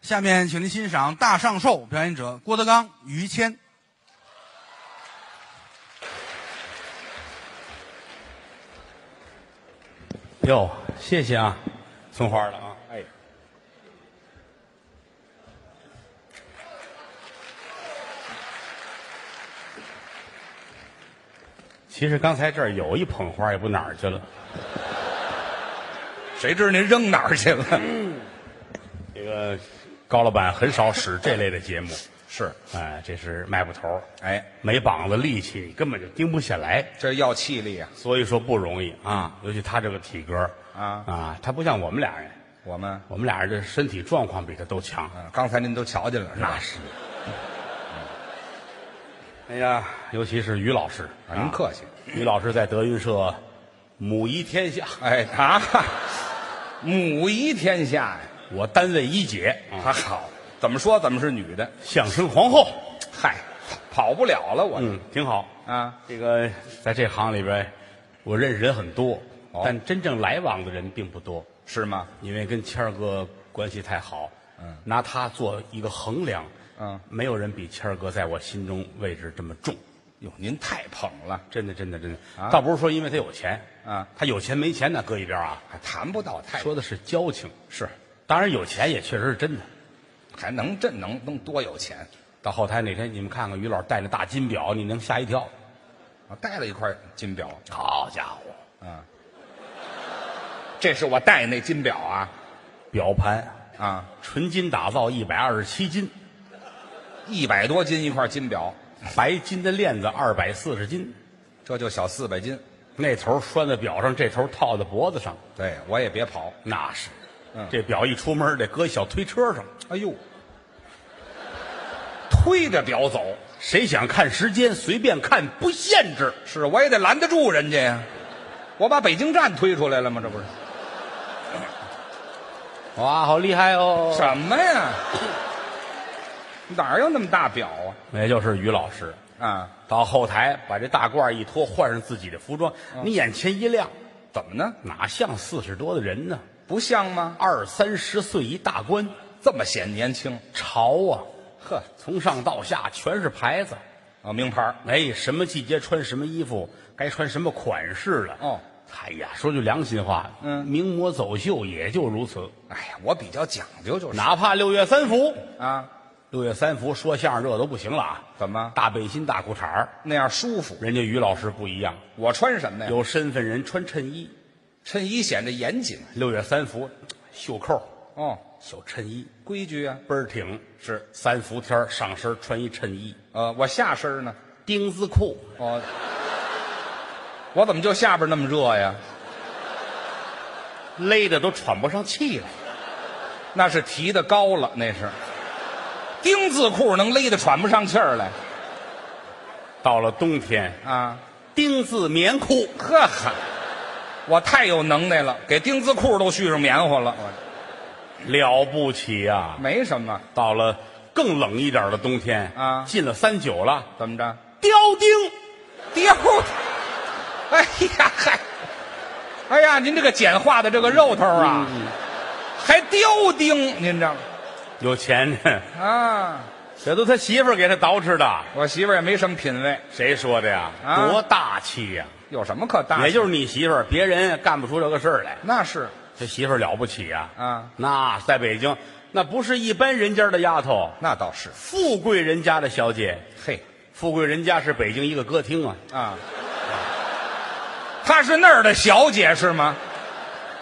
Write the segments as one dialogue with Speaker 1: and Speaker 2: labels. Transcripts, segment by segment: Speaker 1: 下面，请您欣赏《大上寿》，表演者郭德纲、于谦。哟，谢谢啊，送花了啊！
Speaker 2: 哎，
Speaker 1: 其实刚才这儿有一捧花，也不哪儿去了。
Speaker 2: 谁知您扔哪儿去了？
Speaker 1: 这个高老板很少使这类的节目，
Speaker 2: 是，
Speaker 1: 哎，这是卖布头儿，
Speaker 2: 哎，
Speaker 1: 没膀子力气，你根本就盯不下来。
Speaker 2: 这要气力啊！
Speaker 1: 所以说不容易啊，尤其他这个体格
Speaker 2: 啊
Speaker 1: 啊，他不像我们俩人，
Speaker 2: 我们、
Speaker 1: 我们俩人这身体状况比他都强。
Speaker 2: 嗯刚才您都瞧见了，是吧？
Speaker 1: 是。哎呀，尤其是于老师，
Speaker 2: 啊您客气。
Speaker 1: 于老师在德云社母仪天下，
Speaker 2: 哎啊，母仪天下呀、
Speaker 1: 我单位一姐，啊
Speaker 2: 她好，怎么说怎么是女的。
Speaker 1: 相声皇后，
Speaker 2: 嗨，跑不了了我。
Speaker 1: 嗯，挺好。
Speaker 2: 啊，
Speaker 1: 这个在这行里边，我认识人很多，
Speaker 2: 哦
Speaker 1: 但真正来往的人并不多，
Speaker 2: 是吗？
Speaker 1: 因为跟谦儿哥关系太好，
Speaker 2: 嗯，
Speaker 1: 拿他做一个衡量，
Speaker 2: 嗯
Speaker 1: 没有人比谦儿哥在我心中位置这么重，
Speaker 2: 哟，您太捧了，
Speaker 1: 真的，真的，真的，
Speaker 2: 啊
Speaker 1: 倒不是说因为他有钱，
Speaker 2: 啊，
Speaker 1: 他有钱没钱呢，搁一边啊，
Speaker 2: 还谈不到太
Speaker 1: 说的是交情，
Speaker 2: 是，
Speaker 1: 当然有钱也确实是真的。
Speaker 2: 还能这能能多有钱？
Speaker 1: 到后台那天，你们看看于老师戴那大金表，你能吓一跳。
Speaker 2: 我带了一块金表，
Speaker 1: 好家伙，
Speaker 2: 这是我带那金表啊
Speaker 1: 表盘
Speaker 2: 啊，
Speaker 1: 纯金打造，一百二十七斤，
Speaker 2: 一百多斤一块金表，
Speaker 1: 白金的链子二百四十斤，
Speaker 2: 这就小四百斤。
Speaker 1: 那头拴在表上，这头套在脖子上，
Speaker 2: 对，我也别跑。
Speaker 1: 那是。
Speaker 2: 嗯
Speaker 1: 这表一出门得搁一小推车上，
Speaker 2: 哎呦，推着表走，
Speaker 1: 谁想看时间随便看，不限制。
Speaker 2: 是我也得拦得住人家呀。我把北京站推出来了吗？这不是
Speaker 1: 哇，好厉害哦！
Speaker 2: 什么呀？哪有那么大表啊？
Speaker 1: 那就是于老师
Speaker 2: 啊，
Speaker 1: 到后台把这大褂一脱，换上自己的服装，你眼前一亮，
Speaker 2: 怎么呢？
Speaker 1: 哪像四十多的人呢？
Speaker 2: 不像吗？
Speaker 1: 二三十岁一大官，
Speaker 2: 这么显年轻，
Speaker 1: 潮啊！
Speaker 2: 呵，
Speaker 1: 从上到下全是牌子，
Speaker 2: 啊，名牌儿
Speaker 1: 哎，什么季节穿什么衣服，该穿什么款式了。
Speaker 2: 哦，
Speaker 1: 哎呀，说句良心话，
Speaker 2: 嗯
Speaker 1: 名模走秀也就如此。
Speaker 2: 哎呀，我比较讲究就是
Speaker 1: 哪怕六月三伏，
Speaker 2: 啊，
Speaker 1: 六月三伏说相声这都不行了啊！
Speaker 2: 怎么
Speaker 1: 大背心大裤衩儿
Speaker 2: 那样舒服？
Speaker 1: 人家于老师不一样，
Speaker 2: 我穿什么呀？
Speaker 1: 有身份人穿衬衣，
Speaker 2: 衬衣显得严谨
Speaker 1: 六月三伏，袖扣，
Speaker 2: 哦，
Speaker 1: 小衬衣
Speaker 2: 规矩啊。
Speaker 1: 倍儿挺，
Speaker 2: 是
Speaker 1: 三伏天儿上身穿一衬衣，
Speaker 2: 呃，我下身呢？
Speaker 1: 丁字裤，
Speaker 2: 哦，我怎么就下边那么热呀？
Speaker 1: 勒的都喘不上气来。
Speaker 2: 那是提的高了，那是。丁字裤能勒得喘不上气儿来
Speaker 1: 到了冬天，
Speaker 2: 啊！
Speaker 1: 丁字棉裤，
Speaker 2: 呵呵，我太有能耐了，给丁字裤都续上棉花了，我
Speaker 1: 了不起啊！
Speaker 2: 没什么。
Speaker 1: 到了更冷一点的冬天
Speaker 2: 啊
Speaker 1: 进了三九了，
Speaker 2: 怎么着？
Speaker 1: 貂钉。
Speaker 2: 丢！哎呀嗨！哎呀，您这个简化的这个肉头
Speaker 1: 嗯
Speaker 2: 啊，还雕钉，您这
Speaker 1: 有钱 呢，
Speaker 2: 啊，
Speaker 1: 这都他媳妇儿给他捯饬的。
Speaker 2: 我媳妇儿也没什么品位，
Speaker 1: 谁说的呀？
Speaker 2: 啊
Speaker 1: 多大气呀、
Speaker 2: 有什么可大？
Speaker 1: 也就是你媳妇儿，别人干不出这个事儿来。
Speaker 2: 那是
Speaker 1: 这媳妇儿了不起呀、
Speaker 2: 啊
Speaker 1: 那在北京，那不是一般人家的丫头，
Speaker 2: 那倒是，
Speaker 1: 富贵人家的小姐。
Speaker 2: 嘿
Speaker 1: 富贵人家是北京一个歌厅啊，
Speaker 2: 啊，她是那儿的小姐是吗？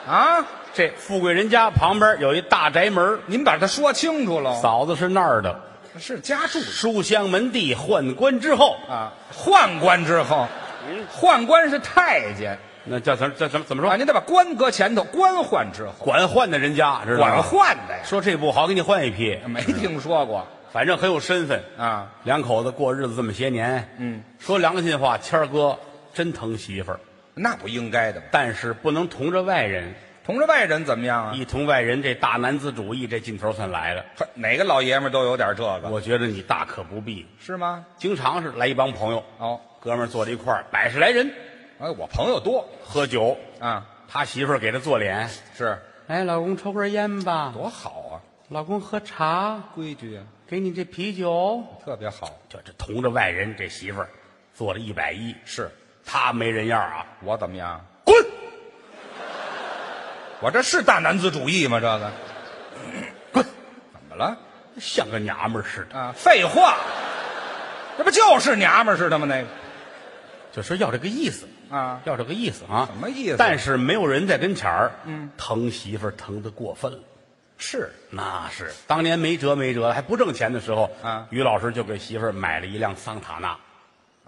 Speaker 2: 啊，
Speaker 1: 这富贵人家旁边有一大宅门，
Speaker 2: 您把它说清楚喽，
Speaker 1: 嫂子是那儿的。
Speaker 2: 是家住的
Speaker 1: 书香门第，宦官之后，
Speaker 2: 啊，宦官之后，
Speaker 1: 嗯
Speaker 2: 宦官是太监
Speaker 1: 那叫怎叫怎么怎么
Speaker 2: 啊，
Speaker 1: 说？
Speaker 2: 您得把官搁前头，官宦之后，
Speaker 1: 管宦的人家知道
Speaker 2: 管
Speaker 1: 吗？
Speaker 2: 宦的呀。
Speaker 1: 说这不好，给你换一批，
Speaker 2: 没听说过
Speaker 1: 反正很有身份。
Speaker 2: 啊，
Speaker 1: 两口子过日子这么些年，
Speaker 2: 嗯，
Speaker 1: 说良心话，谦儿哥真疼媳妇儿，
Speaker 2: 那不应该的嘛。
Speaker 1: 但是不能同着外人，
Speaker 2: 同着外人怎么样啊？
Speaker 1: 一同外人，这大男子主义这劲头算来了。
Speaker 2: 呵哪个老爷们儿都有点这个，
Speaker 1: 我觉得你大可不必，
Speaker 2: 是吗？
Speaker 1: 经常是来一帮朋友，
Speaker 2: 哦，
Speaker 1: 哥们儿坐在一块儿，百十来人
Speaker 2: 哎，我朋友多
Speaker 1: 喝酒，
Speaker 2: 啊，
Speaker 1: 他媳妇儿给他做脸，
Speaker 2: 是
Speaker 1: 哎，老公抽根烟吧，
Speaker 2: 多好啊！
Speaker 3: 老公喝茶，
Speaker 2: 规矩啊，
Speaker 3: 给你这啤酒，
Speaker 2: 特别好。
Speaker 1: 这这同着外人，这媳妇儿做了一百一，是她没人样儿啊！
Speaker 2: 我怎么样？
Speaker 1: 滚！
Speaker 2: 我这是大男子主义吗？这个， 怎么了？
Speaker 1: 像个娘们儿似的，
Speaker 2: 啊，废话，这不就是娘们儿似的吗？那个
Speaker 1: 就说要这个意思，
Speaker 2: 啊，
Speaker 1: 要这个意思啊！
Speaker 2: 什么意思
Speaker 1: 但是没有人在跟前儿，嗯，疼媳妇儿疼的过分了。
Speaker 2: 是
Speaker 1: 那是当年没辙没辙了，还不挣钱的时候，
Speaker 2: 嗯啊
Speaker 1: 于老师就给媳妇儿买了一辆桑塔纳。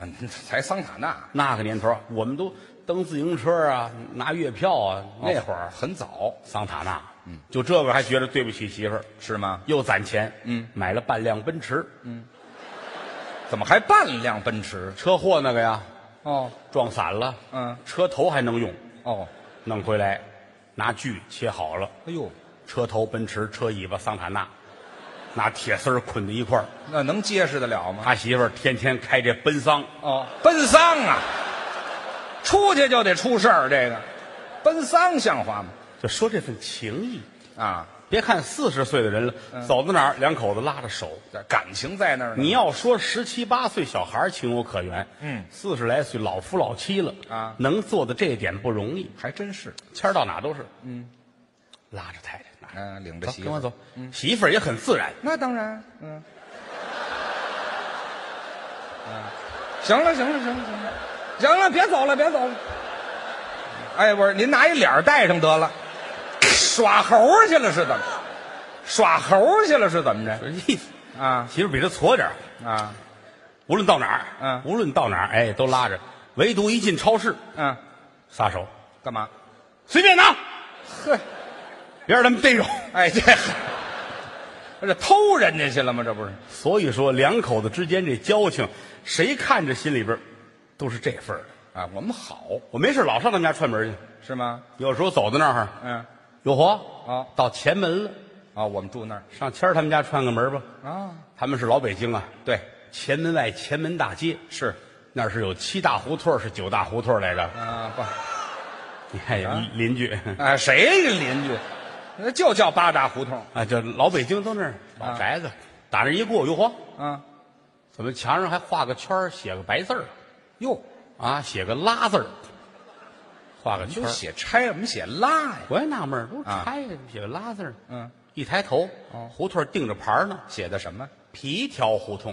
Speaker 2: 啊，你才桑塔纳，
Speaker 1: 那个年头儿，我们都蹬自行车啊，拿月票啊，
Speaker 2: 哦
Speaker 1: 那会儿
Speaker 2: 很早
Speaker 1: 桑塔纳，嗯，就这个还觉得对不起媳妇儿，
Speaker 2: 是吗？
Speaker 1: 又攒钱，嗯，买了半辆奔驰，
Speaker 2: 怎么还半辆奔驰？
Speaker 1: 车祸那个呀，
Speaker 2: 哦
Speaker 1: 撞散了，
Speaker 2: 嗯
Speaker 1: 车头还能用，
Speaker 2: 哦，
Speaker 1: 弄回来，拿锯切好了，
Speaker 2: 哎呦，
Speaker 1: 车头奔驰，车尾巴桑塔纳，拿铁丝儿捆在一块儿，
Speaker 2: 那能结实得了吗？
Speaker 1: 他媳妇儿天天开这奔桑，
Speaker 2: 哦，奔丧啊，出去就得出事儿，这个奔丧像话吗？
Speaker 1: 就说这份情谊。
Speaker 2: 啊，
Speaker 1: 别看四十岁的人了，
Speaker 2: 嗯
Speaker 1: 走到哪儿两口子拉着手。
Speaker 2: 这感情在那儿呢。
Speaker 1: 你要说十七八岁小孩儿情有可原，嗯，四十来岁老夫老妻了
Speaker 2: 啊
Speaker 1: 能做到这一点不容易。
Speaker 2: 还真是，
Speaker 1: 谦儿到哪都是，嗯，拉着太太，拿着
Speaker 2: 嗯、领着
Speaker 1: 走
Speaker 2: 媳
Speaker 1: 跟
Speaker 2: 妇
Speaker 1: 我
Speaker 2: 儿，嗯
Speaker 1: 走，媳妇儿也很自然。
Speaker 2: 那当然，嗯，嗯，行了，行了，行了，行了，行了，别走了，别走了。哎，我说您拿一脸儿带上得了，耍猴儿去了是怎么？耍猴儿去了是怎么着？
Speaker 1: 意思，
Speaker 2: 啊
Speaker 1: 媳妇儿比他矬点儿
Speaker 2: 啊
Speaker 1: 无论到哪儿，
Speaker 2: 嗯
Speaker 1: 无论到哪儿，哎，都拉着，唯独一进超市
Speaker 2: 嗯，
Speaker 1: 撒手，
Speaker 2: 干嘛？
Speaker 1: 随便拿，
Speaker 2: 呵，
Speaker 1: 别让他们逮着。
Speaker 2: 哎这，这偷人家去了吗？这不是？
Speaker 1: 所以说，两口子之间这交情，谁看着心里边儿都是这份儿。
Speaker 2: 啊，我们好
Speaker 1: 我没事老上他们家串门去，
Speaker 2: 是吗？
Speaker 1: 有时候走到那儿，
Speaker 2: 嗯，
Speaker 1: 有活
Speaker 2: 啊
Speaker 1: 到前门了，
Speaker 2: 啊，我们住那儿
Speaker 1: 上谦儿他们家串个门吧。
Speaker 2: 啊，
Speaker 1: 他们是老北京啊，
Speaker 2: 对，
Speaker 1: 前门外前门大街
Speaker 2: 是
Speaker 1: 那儿是有七大胡同儿，是九大胡同儿来着。
Speaker 2: 啊，不。
Speaker 1: 你看邻居
Speaker 2: 啊，谁邻居？那就叫八大胡同
Speaker 1: 啊，这老北京都那儿老宅子，打这一过，哟嚯，
Speaker 2: 啊。
Speaker 1: 怎么墙上还画个圈儿写个白字儿
Speaker 2: 哟，
Speaker 1: 啊，写个拉字儿，画个
Speaker 2: 你
Speaker 1: 圈
Speaker 2: 就
Speaker 1: 儿。
Speaker 2: 写拆，我们写拉呀。
Speaker 1: 我也纳闷儿，都
Speaker 2: 啊
Speaker 1: 拆呀，写个拉字儿。
Speaker 2: 嗯，
Speaker 1: 一抬头
Speaker 2: 哦，
Speaker 1: 胡同儿钉着牌儿呢，
Speaker 2: 写的什么？
Speaker 1: 皮条胡同。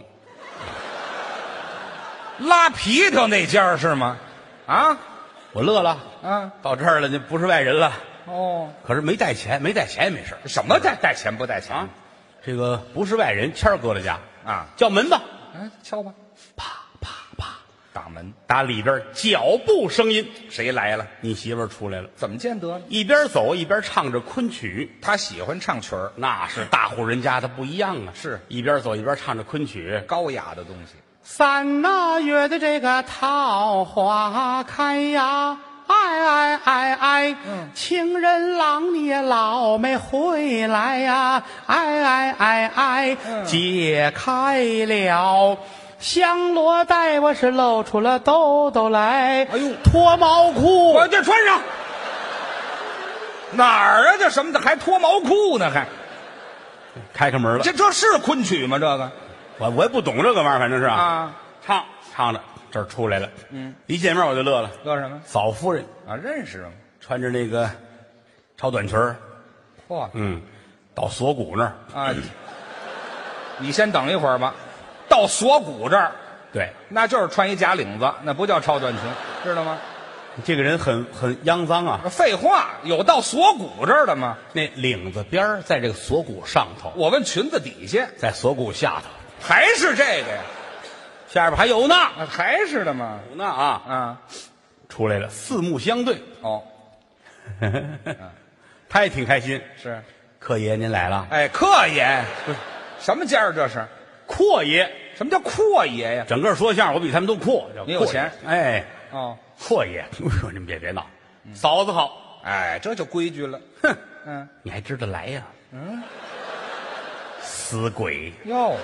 Speaker 2: 拉皮条那家是吗？啊
Speaker 1: 我乐了，
Speaker 2: 啊
Speaker 1: 到这儿了就不是外人了。
Speaker 2: 哦，
Speaker 1: 可是没带钱，没带钱也没事儿
Speaker 2: 什么带带钱不带钱
Speaker 1: 啊。这个不是外人，谦儿哥的家
Speaker 2: 啊
Speaker 1: 叫门吧，
Speaker 2: 哎，敲吧，
Speaker 1: 啪啪啪，
Speaker 2: 打门，
Speaker 1: 打里边儿脚步声音，
Speaker 2: 谁来了？
Speaker 1: 你媳妇儿出来了，
Speaker 2: 怎么见得呢？
Speaker 1: 一边走一边唱着昆曲，
Speaker 2: 他喜欢唱曲儿，
Speaker 1: 那是大户人家，她不一样啊，
Speaker 2: 是
Speaker 1: 一边走一边唱着昆曲。
Speaker 2: 高雅的东西。
Speaker 3: 三那月的这个桃花开呀，哎哎哎哎，
Speaker 2: 嗯
Speaker 3: 情人郎你也老没回来呀，哎哎哎哎，
Speaker 2: 嗯
Speaker 3: 解开了。香罗带我是露出了兜兜来，
Speaker 2: 哎呦
Speaker 3: 脱毛裤，
Speaker 2: 我这穿上。哪儿啊？这什么的还脱毛裤呢？还
Speaker 1: 开开门了，
Speaker 2: 这这是昆曲吗？这个
Speaker 1: 我我也不懂这个玩意儿，反正是啊，
Speaker 2: 啊，
Speaker 1: 唱唱着这儿出来了，嗯，一见面我就乐了。
Speaker 2: 乐什么
Speaker 1: 嫂夫人
Speaker 2: 啊？认识吗？
Speaker 1: 穿着那个超短裙儿，
Speaker 2: 嚯，
Speaker 1: 嗯，到锁骨那儿，
Speaker 2: 啊，你先等一会儿吧。到锁骨这儿，
Speaker 1: 对，
Speaker 2: 那就是穿一假领子，那不叫超短裙，知道吗？
Speaker 1: 这个人很很肮脏啊。
Speaker 2: 废话，有到锁骨这儿的吗？
Speaker 1: 那领子边儿在这个锁骨上头，
Speaker 2: 我问裙子底下，
Speaker 1: 在锁骨下头，
Speaker 2: 还是这个呀？
Speaker 1: 下边还有呢，
Speaker 2: 啊还是的吗？
Speaker 1: 有呢啊，
Speaker 2: 啊，
Speaker 1: 出来了，四目相对，
Speaker 2: 哦，
Speaker 1: 他也挺开心。
Speaker 2: 是，
Speaker 1: 客爷您来了，
Speaker 2: 哎，阔爷，什么家儿这是？
Speaker 1: 哎阔爷，
Speaker 2: 什么叫阔爷呀？
Speaker 1: 整个说相声我比他们都阔，叫
Speaker 2: 你有
Speaker 1: 阔爷
Speaker 2: 钱，
Speaker 1: 哎，
Speaker 2: 哦，
Speaker 1: 阔爷，哎呦，你们别别闹，嫂子好，
Speaker 2: 哎，这就规矩了。
Speaker 1: 哼，
Speaker 2: 嗯，
Speaker 1: 你还知道来呀？嗯，死鬼，
Speaker 2: 哟，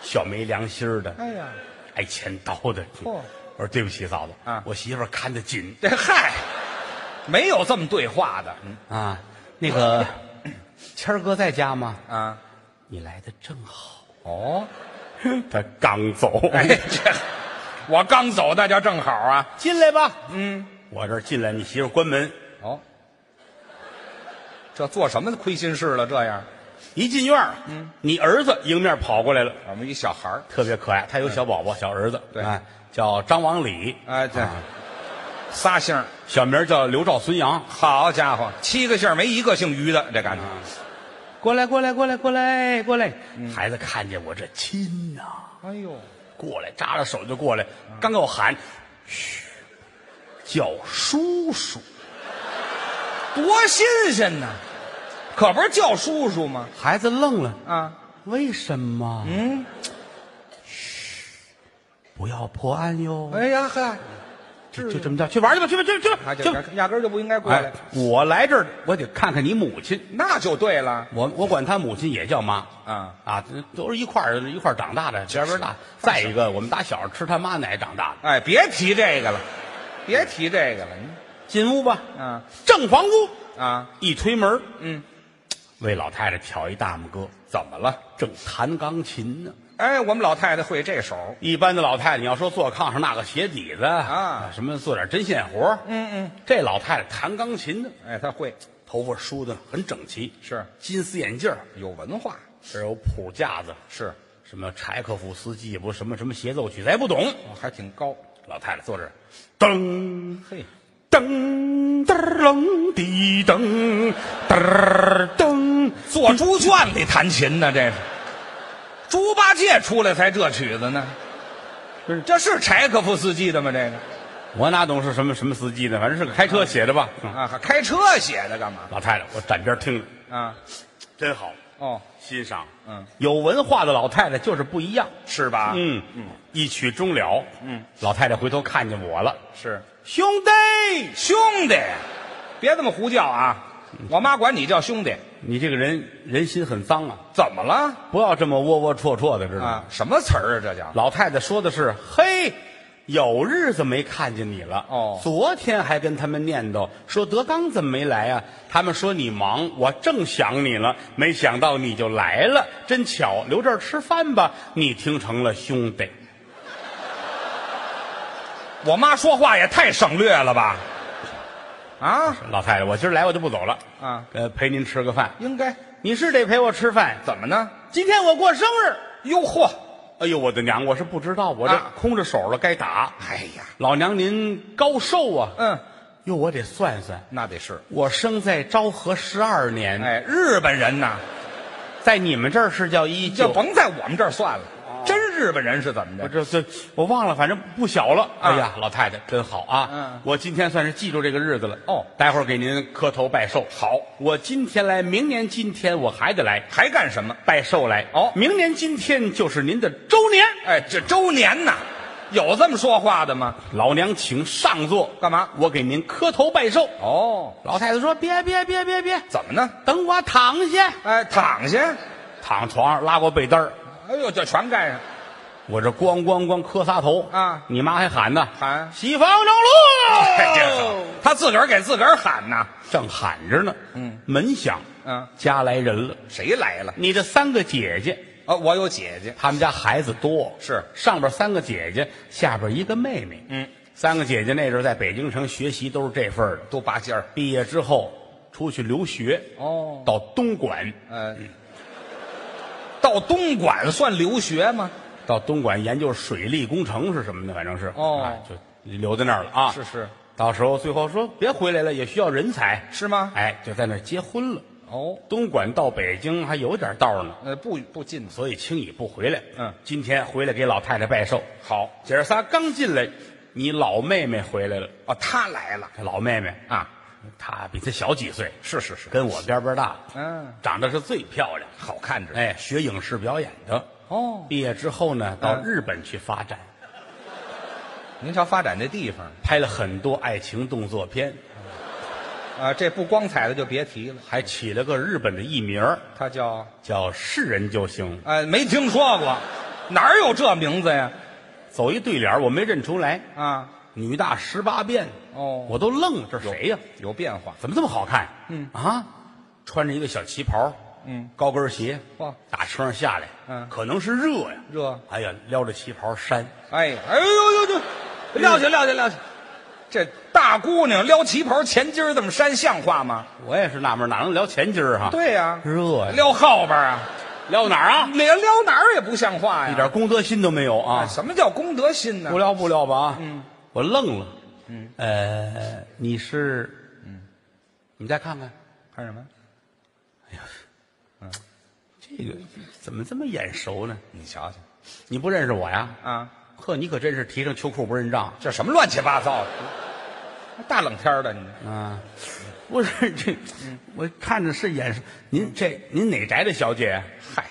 Speaker 1: 小没良心儿的，
Speaker 2: 哎呀，
Speaker 1: 挨千刀的。
Speaker 2: 嚯
Speaker 1: 我说对不起，嫂子
Speaker 2: 啊
Speaker 1: 我媳妇儿看得紧
Speaker 2: 这嗨，没有这么对话的。嗯
Speaker 1: 啊 啊。那个，
Speaker 3: 谦儿哥在家吗？
Speaker 2: 啊，
Speaker 3: 你来的正 好。
Speaker 2: 哦，
Speaker 1: 他刚走，
Speaker 2: 哎，这我刚走，大家正好啊。
Speaker 3: 进来吧。
Speaker 2: 嗯
Speaker 1: 我这儿进来，你媳妇关门，
Speaker 2: 哦，这做什么亏心事了？这样，
Speaker 1: 一进院儿，
Speaker 2: 嗯
Speaker 1: 你儿子迎面跑过来了，
Speaker 2: 我们一小孩儿，
Speaker 1: 特别可爱。他有小宝宝，小儿子，
Speaker 2: 嗯对
Speaker 1: 哎叫张王李，
Speaker 2: 哎，这
Speaker 1: 啊
Speaker 2: 仨姓儿，
Speaker 1: 小名叫刘兆孙杨。
Speaker 2: 好家伙，七个姓儿没一个姓于的，这感觉。
Speaker 1: 啊
Speaker 3: 过来，过来，过来，过来，过来。
Speaker 2: 嗯
Speaker 1: 孩子看见我这亲呐、
Speaker 2: 哎呦，
Speaker 1: 过来扎着手就过来，
Speaker 2: 嗯
Speaker 1: 刚给我喊，嘘，叫叔叔。
Speaker 2: 多新鲜呐！可不是叫叔叔吗？
Speaker 3: 孩子愣了，
Speaker 2: 啊，
Speaker 3: 为什么？
Speaker 2: 嗯，
Speaker 3: 不要破案哟。
Speaker 2: 哎呀嗨，
Speaker 3: 就就这么着，去玩去吧，去吧，去吧去
Speaker 2: 他
Speaker 3: 吧，
Speaker 2: 就
Speaker 3: 去吧。
Speaker 2: 压根儿就不应该过来
Speaker 1: 哎，，我来这儿，我得看看你母亲。
Speaker 2: 那就对了。
Speaker 1: 我我管他母亲也叫妈
Speaker 2: 啊
Speaker 1: 啊，都是一块儿一块儿长大的，边边大。再一个，我们打小吃他妈奶长大的。
Speaker 2: 哎，别提这个了，别提这个了。你
Speaker 1: 进屋吧，
Speaker 2: 啊
Speaker 1: 正房屋，
Speaker 2: 啊，
Speaker 1: 一推门，
Speaker 2: 嗯，
Speaker 1: 为老太太挑一大拇哥，怎么了？正弹钢琴呢。
Speaker 2: 哎，我们老太太会这手，
Speaker 1: 一般的老太太，你要说坐炕上那个鞋底子
Speaker 2: 啊
Speaker 1: 什么做点针线活，
Speaker 2: 嗯嗯，
Speaker 1: 这老太太弹钢琴呢，
Speaker 2: 哎，她会
Speaker 1: 头发梳的很整齐，
Speaker 2: 是
Speaker 1: 金丝眼镜儿
Speaker 2: 有文化，
Speaker 1: 这有谱架子，
Speaker 2: 是
Speaker 1: 什么柴可夫斯基不什么什么协奏曲，咱也不懂。
Speaker 2: 哦还挺高。
Speaker 1: 老太太坐这儿，噔
Speaker 2: 嘿，
Speaker 1: 噔噔儿楞滴噔噔儿噔，
Speaker 2: 坐猪圈里弹琴呢，这是猪八戒出来才这曲子呢。这是柴可夫斯基的吗？这个
Speaker 1: 我哪懂是什么什么司机呢？反正是个开车写的吧。嗯
Speaker 2: 啊，还开车写的干嘛？
Speaker 1: 老太太，我站边儿听着，
Speaker 2: 啊，
Speaker 1: 真好，
Speaker 2: 哦，
Speaker 1: 欣赏。
Speaker 2: 嗯，
Speaker 1: 有文化的老太太就是不一样。
Speaker 2: 是吧？
Speaker 1: 嗯嗯，一曲终了。
Speaker 2: 嗯，
Speaker 1: 老太太回头看见我了，
Speaker 2: 是
Speaker 1: 兄弟，
Speaker 2: 兄弟，别这么胡叫啊！我妈管你叫兄弟，
Speaker 1: 你这个人人心很脏啊，
Speaker 2: 怎么了
Speaker 1: 不要这么窝窝戳戳的，知道吗？
Speaker 2: 啊？什么词儿啊？这叫
Speaker 1: 老太太说的是：“嘿，有日子没看见你了。
Speaker 2: 哦
Speaker 1: 昨天还跟他们念叨说德刚怎么没来啊？他们说你忙，我正想你了，没想到你就来了，真巧，留这儿吃饭吧。你听成了兄弟，
Speaker 2: 我妈说话也太省略了吧？啊，
Speaker 1: 老太太，我今儿来我就不走了
Speaker 2: 啊
Speaker 1: 呃，陪您吃个饭。
Speaker 2: 应该
Speaker 1: 你是得陪我吃饭。
Speaker 2: 怎么呢？
Speaker 1: 今天我过生日，
Speaker 2: 哟嚯，
Speaker 1: 哎呦，我的娘，我是不知道，我这
Speaker 2: 啊
Speaker 1: 空着手了，该打。
Speaker 2: 哎呀，
Speaker 1: 老娘您高寿啊？
Speaker 2: 嗯，
Speaker 1: 哟，我得算算。
Speaker 2: 那得是
Speaker 1: 我生在昭和十二年，
Speaker 2: 哎，日本人呐，
Speaker 1: 在你们这儿是叫一
Speaker 2: 你就
Speaker 1: 九，
Speaker 2: 甭在我们这儿算了，真日本人是怎么
Speaker 1: 我
Speaker 2: 的？
Speaker 1: 这这我忘了，反正不小了。哎呀，老太太真好啊！
Speaker 2: 嗯
Speaker 1: 我今天算是记住这个日子了。
Speaker 2: 哦
Speaker 1: 待会儿给您磕头拜寿。好，我今天来，明年今天我还得来
Speaker 2: 还干什么？
Speaker 1: 拜寿来。
Speaker 2: 哦
Speaker 1: 明年今天就是您的周年，
Speaker 2: 哎，这周年呐，有这么说话的吗？
Speaker 1: 老娘请上座。
Speaker 2: 干嘛
Speaker 1: 我给您磕头拜寿。
Speaker 2: 哦，
Speaker 1: 老太太说：“别别别别别，
Speaker 2: 怎么呢？
Speaker 3: 等我躺下。
Speaker 2: 哎，躺下。
Speaker 1: 躺床上拉过被单儿，
Speaker 2: 哎呦，这全盖上。
Speaker 1: 我这咣咣咣磕仨头
Speaker 2: 啊
Speaker 1: 你妈还喊哦呢，
Speaker 2: 喊
Speaker 1: 喜房着陆，
Speaker 2: 哎这好他自个儿给自个儿喊呐。
Speaker 1: 正喊着呢，
Speaker 2: 嗯，
Speaker 1: 门响，
Speaker 2: 嗯，
Speaker 1: 家来人了，
Speaker 2: 谁来了？
Speaker 1: 你的三个姐姐，
Speaker 2: 哦，我有姐姐。
Speaker 1: 他们家孩子多，
Speaker 2: 是
Speaker 1: 上边三个姐姐，下边一个妹妹，
Speaker 2: 嗯，
Speaker 1: 三个姐姐那阵儿在北京城学习都是这份儿的，
Speaker 2: 都拔尖儿。
Speaker 1: 毕业之后出去留学，
Speaker 2: 哦
Speaker 1: 到东莞，
Speaker 2: 呃，到东莞算留学吗？
Speaker 1: 到东莞研究水利工程是什么的，反正是
Speaker 2: 哦
Speaker 1: 哎就留在那儿了啊，
Speaker 2: 是是，
Speaker 1: 到时候最后说别回来了，也需要人才，
Speaker 2: 是吗？
Speaker 1: 哎，就在那儿结婚了。
Speaker 2: 哦，
Speaker 1: 东莞到北京还有点道呢，
Speaker 2: 呃，不不近。
Speaker 1: 所以轻易不回来。
Speaker 2: 嗯
Speaker 1: 今天回来给老太太拜寿。
Speaker 2: 好
Speaker 1: 姐儿仨刚进来，你老妹妹回来了。
Speaker 2: 哦，他来了
Speaker 1: 这老妹妹，
Speaker 2: 啊。
Speaker 1: 她比她小几岁，
Speaker 2: 是是是，
Speaker 1: 跟我边边大，
Speaker 2: 嗯，
Speaker 1: 长得是最漂亮，
Speaker 2: 好看着。
Speaker 1: 哎，学影视表演的。
Speaker 2: 哦，
Speaker 1: 毕业之后呢，到
Speaker 2: 嗯
Speaker 1: 日本去发展，
Speaker 2: 您瞧发展这地方
Speaker 1: 拍了很多爱情动作片，
Speaker 2: 啊，这不光彩的就别提了。
Speaker 1: 还起了个日本的艺名儿
Speaker 2: 他叫
Speaker 1: 叫“是人就行
Speaker 2: 哎，没听说过，哪儿有这名字呀？”。
Speaker 1: 走一对脸儿，我没认出来，
Speaker 2: 啊，
Speaker 1: 女大十八变，
Speaker 2: 哦
Speaker 1: 我都愣了，这谁呀、
Speaker 2: 有变化。
Speaker 1: 怎么这么好看？嗯啊，穿着一个小旗袍，
Speaker 2: 嗯，
Speaker 1: 高跟鞋，
Speaker 2: 哇
Speaker 1: 打车上下来，
Speaker 2: 嗯
Speaker 1: 可能是热呀，
Speaker 2: 热
Speaker 1: 哎呀，撩着旗袍扇，
Speaker 2: 哎呀，哎呦呦呦，撂下撂下撂下！这大姑娘撩旗袍前襟儿这么扇，像话吗？
Speaker 1: 我也是纳闷，哪能撩前襟儿哈？，
Speaker 2: 对呀、
Speaker 1: 热呀，
Speaker 2: 撩后边儿啊，
Speaker 1: 撩哪儿啊？
Speaker 2: 连撩哪儿也不像话呀！
Speaker 1: 一点公德心都没有啊！
Speaker 2: 什么叫公德心呢
Speaker 1: 不？撩不撩吧啊！嗯，我愣了，嗯，呃，你是，嗯，你再看看
Speaker 2: 看什么？
Speaker 1: 这个怎么这么眼熟呢？
Speaker 2: 你瞧瞧
Speaker 1: 你不认识我呀？
Speaker 2: 啊，
Speaker 1: 呵，你可真是提上秋裤不认账。
Speaker 2: 这什么乱七八糟的？大冷天儿的，你
Speaker 1: 啊，不是这，我看着是眼熟。您这您哪宅的小姐？
Speaker 2: 嗨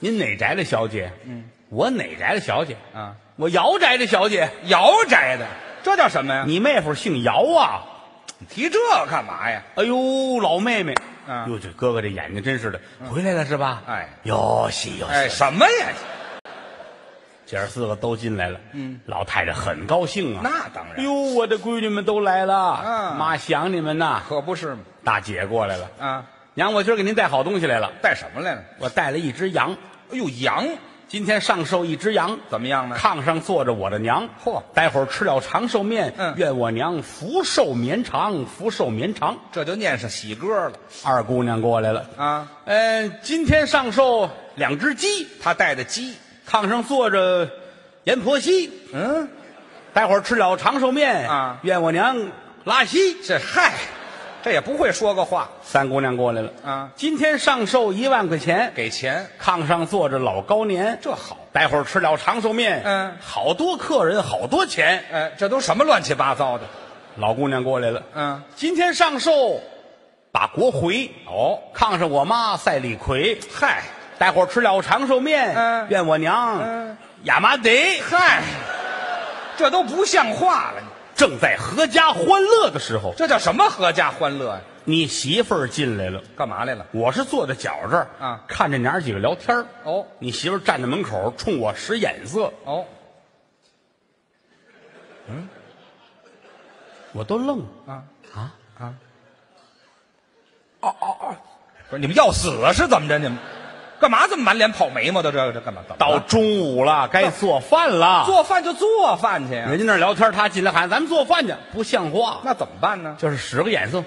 Speaker 1: 您哪宅的小姐？嗯，我哪宅的小姐？
Speaker 2: 啊，
Speaker 1: 我姚宅的小姐。
Speaker 2: 姚宅的，这叫什么呀？
Speaker 1: 你妹夫姓姚啊？
Speaker 2: 你提这干嘛呀？
Speaker 1: 哎呦，老妹妹，
Speaker 2: 啊嗯
Speaker 1: 哟，这哥哥这眼睛真是的，回来了是吧？
Speaker 2: 哎
Speaker 1: 哟西哟
Speaker 2: 哎，
Speaker 1: 西，
Speaker 2: 什么呀？
Speaker 1: 姐儿四个都进来了。嗯，老太太很高兴啊。
Speaker 2: 那当然
Speaker 1: 哟，我的闺女们都来了，
Speaker 2: 啊
Speaker 1: 妈想你们呐。
Speaker 2: 可不是嘛！
Speaker 1: 大姐过来了，
Speaker 2: 啊，
Speaker 1: 娘，我今儿给您带好东西来了，
Speaker 2: 带什么来了？
Speaker 1: 我带了一只羊。
Speaker 2: 哎呦，羊
Speaker 1: 今天上寿一只羊，
Speaker 2: 怎么样呢？
Speaker 1: 炕上坐着我的娘。
Speaker 2: 嚯
Speaker 1: 待会儿吃了长寿面，
Speaker 2: 嗯
Speaker 1: 愿我娘福寿绵长，福寿绵长。
Speaker 2: 这就念上喜歌了
Speaker 1: 二姑娘过来了，
Speaker 2: 啊！
Speaker 1: 嗯、今天上寿两只鸡，
Speaker 2: 他带的鸡，
Speaker 1: 炕上坐着阎婆惜。
Speaker 2: 嗯，
Speaker 1: 待会儿吃了长寿面
Speaker 2: 啊
Speaker 1: 愿我娘拉稀。
Speaker 2: 这嗨，这也不会说个话，
Speaker 1: 三姑娘过来了，
Speaker 2: 啊
Speaker 1: 今天上寿一万块钱，
Speaker 2: 给钱，
Speaker 1: 炕上坐着老高年，
Speaker 2: 这好。
Speaker 1: 待会儿吃了长寿面，
Speaker 2: 嗯
Speaker 1: 好多客人，好多钱。
Speaker 2: 哎，这都什么乱七八糟的？
Speaker 1: 老姑娘过来了，
Speaker 2: 嗯，
Speaker 1: 今天上寿，把国回哦，炕上我妈赛李逵，
Speaker 2: 嗨
Speaker 1: 待会儿吃了长寿面，
Speaker 2: 嗯
Speaker 1: 愿我娘
Speaker 2: 嗯
Speaker 1: 亚麻得
Speaker 2: 嗨，这都不像话了！
Speaker 1: 正在阖家欢乐的时候，
Speaker 2: 这叫什么合家欢乐呀、
Speaker 1: 你媳妇儿进来了，
Speaker 2: 干嘛来了？
Speaker 1: 我是坐在脚这儿
Speaker 2: 啊
Speaker 1: 看着娘儿几个聊天儿
Speaker 2: 哦
Speaker 1: 你媳妇儿站在门口冲我使眼色，
Speaker 2: 哦，
Speaker 1: 我都愣了
Speaker 2: 啊
Speaker 1: 啊，
Speaker 2: 啊！哦不是你们要死啊？是怎么着？你们干嘛这么满脸跑眉毛的？这这干嘛？怎么
Speaker 1: 到
Speaker 2: 了
Speaker 1: 中午了，该做饭了。
Speaker 2: 做饭就做饭去呀、
Speaker 1: 人家那儿聊天，他进来喊咱们做饭去，不像话。
Speaker 2: 那怎么办呢？
Speaker 1: 就是使个眼色，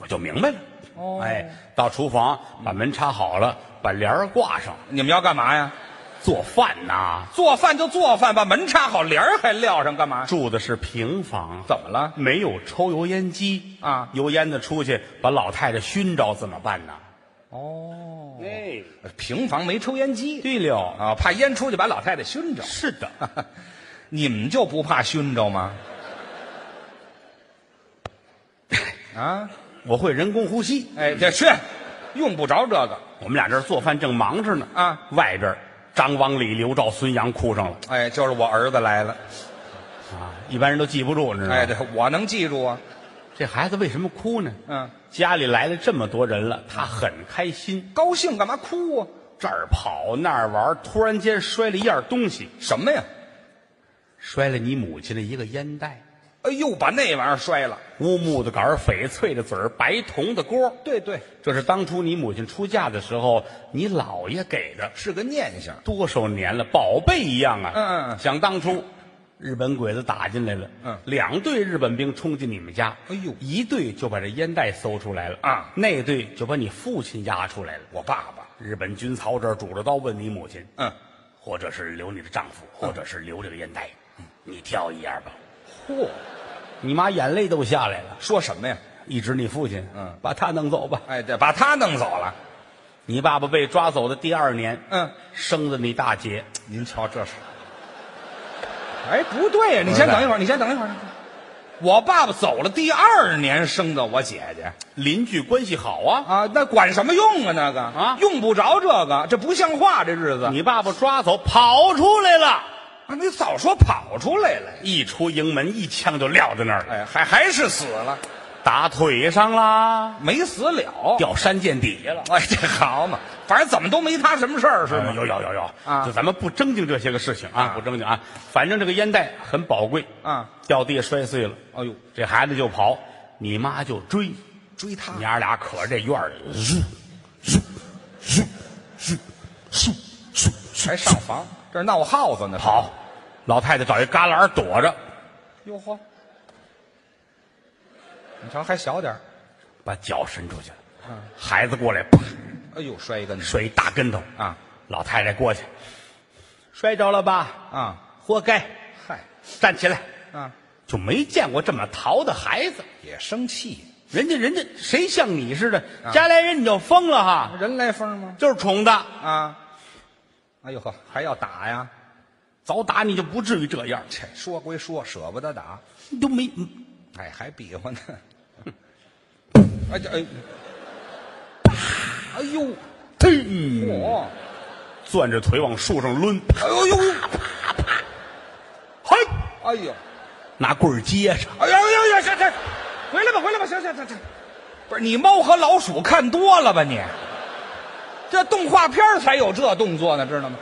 Speaker 1: 我就明白了。
Speaker 2: 嗯哦
Speaker 1: 哎，到厨房把门插好了，把帘儿挂上，
Speaker 2: 你们要干嘛呀？
Speaker 1: 做饭呐。
Speaker 2: 做饭就做饭，把门插好，帘儿还撂上干嘛？
Speaker 1: 住的是平房，
Speaker 2: 怎么了？
Speaker 1: 没有抽油烟机
Speaker 2: 啊
Speaker 1: 油烟子出去把老太太熏着怎么办呢？
Speaker 2: 哦，
Speaker 1: 哎，
Speaker 2: 平房没抽烟机
Speaker 1: 对了，
Speaker 2: 啊，怕烟出去把老太太熏着。
Speaker 1: 是的，
Speaker 2: 你们就不怕熏着吗？啊，
Speaker 1: 我会人工呼吸。
Speaker 2: 哎，这去，用不着这个。
Speaker 1: 我们俩这儿做饭正忙着呢
Speaker 2: 啊，
Speaker 1: 外边儿张王李刘赵孙杨哭上了
Speaker 2: 哎，就是我儿子来了。
Speaker 1: 啊，一般人都记不住，你知道吗？
Speaker 2: 哎，对，我能记住啊。
Speaker 1: 这孩子为什么哭呢？
Speaker 2: 嗯，
Speaker 1: 家里来了这么多人了，他很开心，
Speaker 2: 高兴干嘛哭啊？
Speaker 1: 这儿跑那儿玩，突然间摔了一样东西，
Speaker 2: 什么呀？
Speaker 1: 摔了你母亲的一个烟袋，
Speaker 2: 哎呦，把那玩意儿摔了。
Speaker 1: 乌木的杆儿，翡翠的嘴儿，白铜的锅儿，
Speaker 2: 对对，
Speaker 1: 这是当初你母亲出嫁的时候你姥爷给的，
Speaker 2: 是个念想。
Speaker 1: 多少年了，宝贝一样啊！
Speaker 2: 嗯嗯嗯
Speaker 1: 想当初。日本鬼子打进来了，
Speaker 2: 嗯
Speaker 1: 两队日本兵冲进你们家，
Speaker 2: 哎呦
Speaker 1: 一队就把这烟袋搜出来了
Speaker 2: 啊
Speaker 1: 那队就把你父亲押出来了。
Speaker 2: 我爸爸，
Speaker 1: 日本军曹这儿拄着刀问你母亲，
Speaker 2: 嗯，
Speaker 1: 或者是留你的丈夫，或者是留这个烟袋，嗯你挑一样吧。
Speaker 2: 嚯，
Speaker 1: 你妈眼泪都下来了，
Speaker 2: 说什么呀？
Speaker 1: 一指你父亲，
Speaker 2: 嗯
Speaker 1: 把他弄走吧。
Speaker 2: 哎，对，把他弄走了。
Speaker 1: 你爸爸被抓走的第二年，
Speaker 2: 嗯，
Speaker 1: 生的你大姐，
Speaker 2: 您瞧这是。哎，不对呀、你先等一会儿，你先等一会儿。我爸爸走了第二年生的我姐姐
Speaker 1: 邻居关系好啊。
Speaker 2: 啊，那管什么用啊？那个
Speaker 1: 啊
Speaker 2: 用不着这个，这不像话，这日子。
Speaker 1: 你爸爸抓走跑出来了，
Speaker 2: 啊，你早说跑出来了。
Speaker 1: 一出营门一枪就撂在那儿了，
Speaker 2: 哎，还还是死了，
Speaker 1: 打腿上啦，
Speaker 2: 没死了。
Speaker 1: 掉山涧底下了。
Speaker 2: 哎，这好嘛，反正怎么都没他什么事儿是
Speaker 1: 呃
Speaker 2: 吗？
Speaker 1: 有有有有
Speaker 2: 啊
Speaker 1: 就咱们不正经这些个事情啊，
Speaker 2: 啊
Speaker 1: 不正经啊。反正这个烟袋很宝贵
Speaker 2: 啊，
Speaker 1: 掉地下摔碎了，
Speaker 2: 哎呦，
Speaker 1: 这孩子就跑，你妈就追，
Speaker 2: 追他
Speaker 1: 娘儿俩可着这院儿里，
Speaker 2: 还上 房，这是闹耗子呢。
Speaker 1: 跑，老太太找一旮旯躲着，
Speaker 2: 哟呵，你瞧还小点儿
Speaker 1: 把脚伸出去了。孩子过来，啪，
Speaker 2: 哎呦，摔一跟头
Speaker 1: 摔一大跟头
Speaker 2: 啊！
Speaker 1: 老太太过去，嗯摔着了吧？
Speaker 2: 啊！
Speaker 1: 活该！嗯
Speaker 2: 嗨，
Speaker 1: 站起来，
Speaker 2: 啊，
Speaker 1: 就没见过这么淘的孩子。
Speaker 2: 也生气，
Speaker 1: 人家人家谁像你似的？家来人你就疯了哈，
Speaker 2: 人来疯吗？
Speaker 1: 就是宠的，
Speaker 2: 啊！哎呦呵，还要打呀？
Speaker 1: 早打你就不至于这样，
Speaker 2: 这说归说，舍不得打，
Speaker 1: 你都没
Speaker 2: 哎，还比划呢。哎这哎，哎呦，
Speaker 1: 嘿，
Speaker 2: 嚯！
Speaker 1: 攥着腿往树上抡，
Speaker 2: 哎呦呦，
Speaker 1: 嘿，
Speaker 2: 哎呦，
Speaker 1: 拿棍儿接上，
Speaker 2: 哎呦呦呦，行行，回来吧，回来吧，行行行行，不是你猫和老鼠看多了吧你？这动画片儿才有这动作呢，知道吗？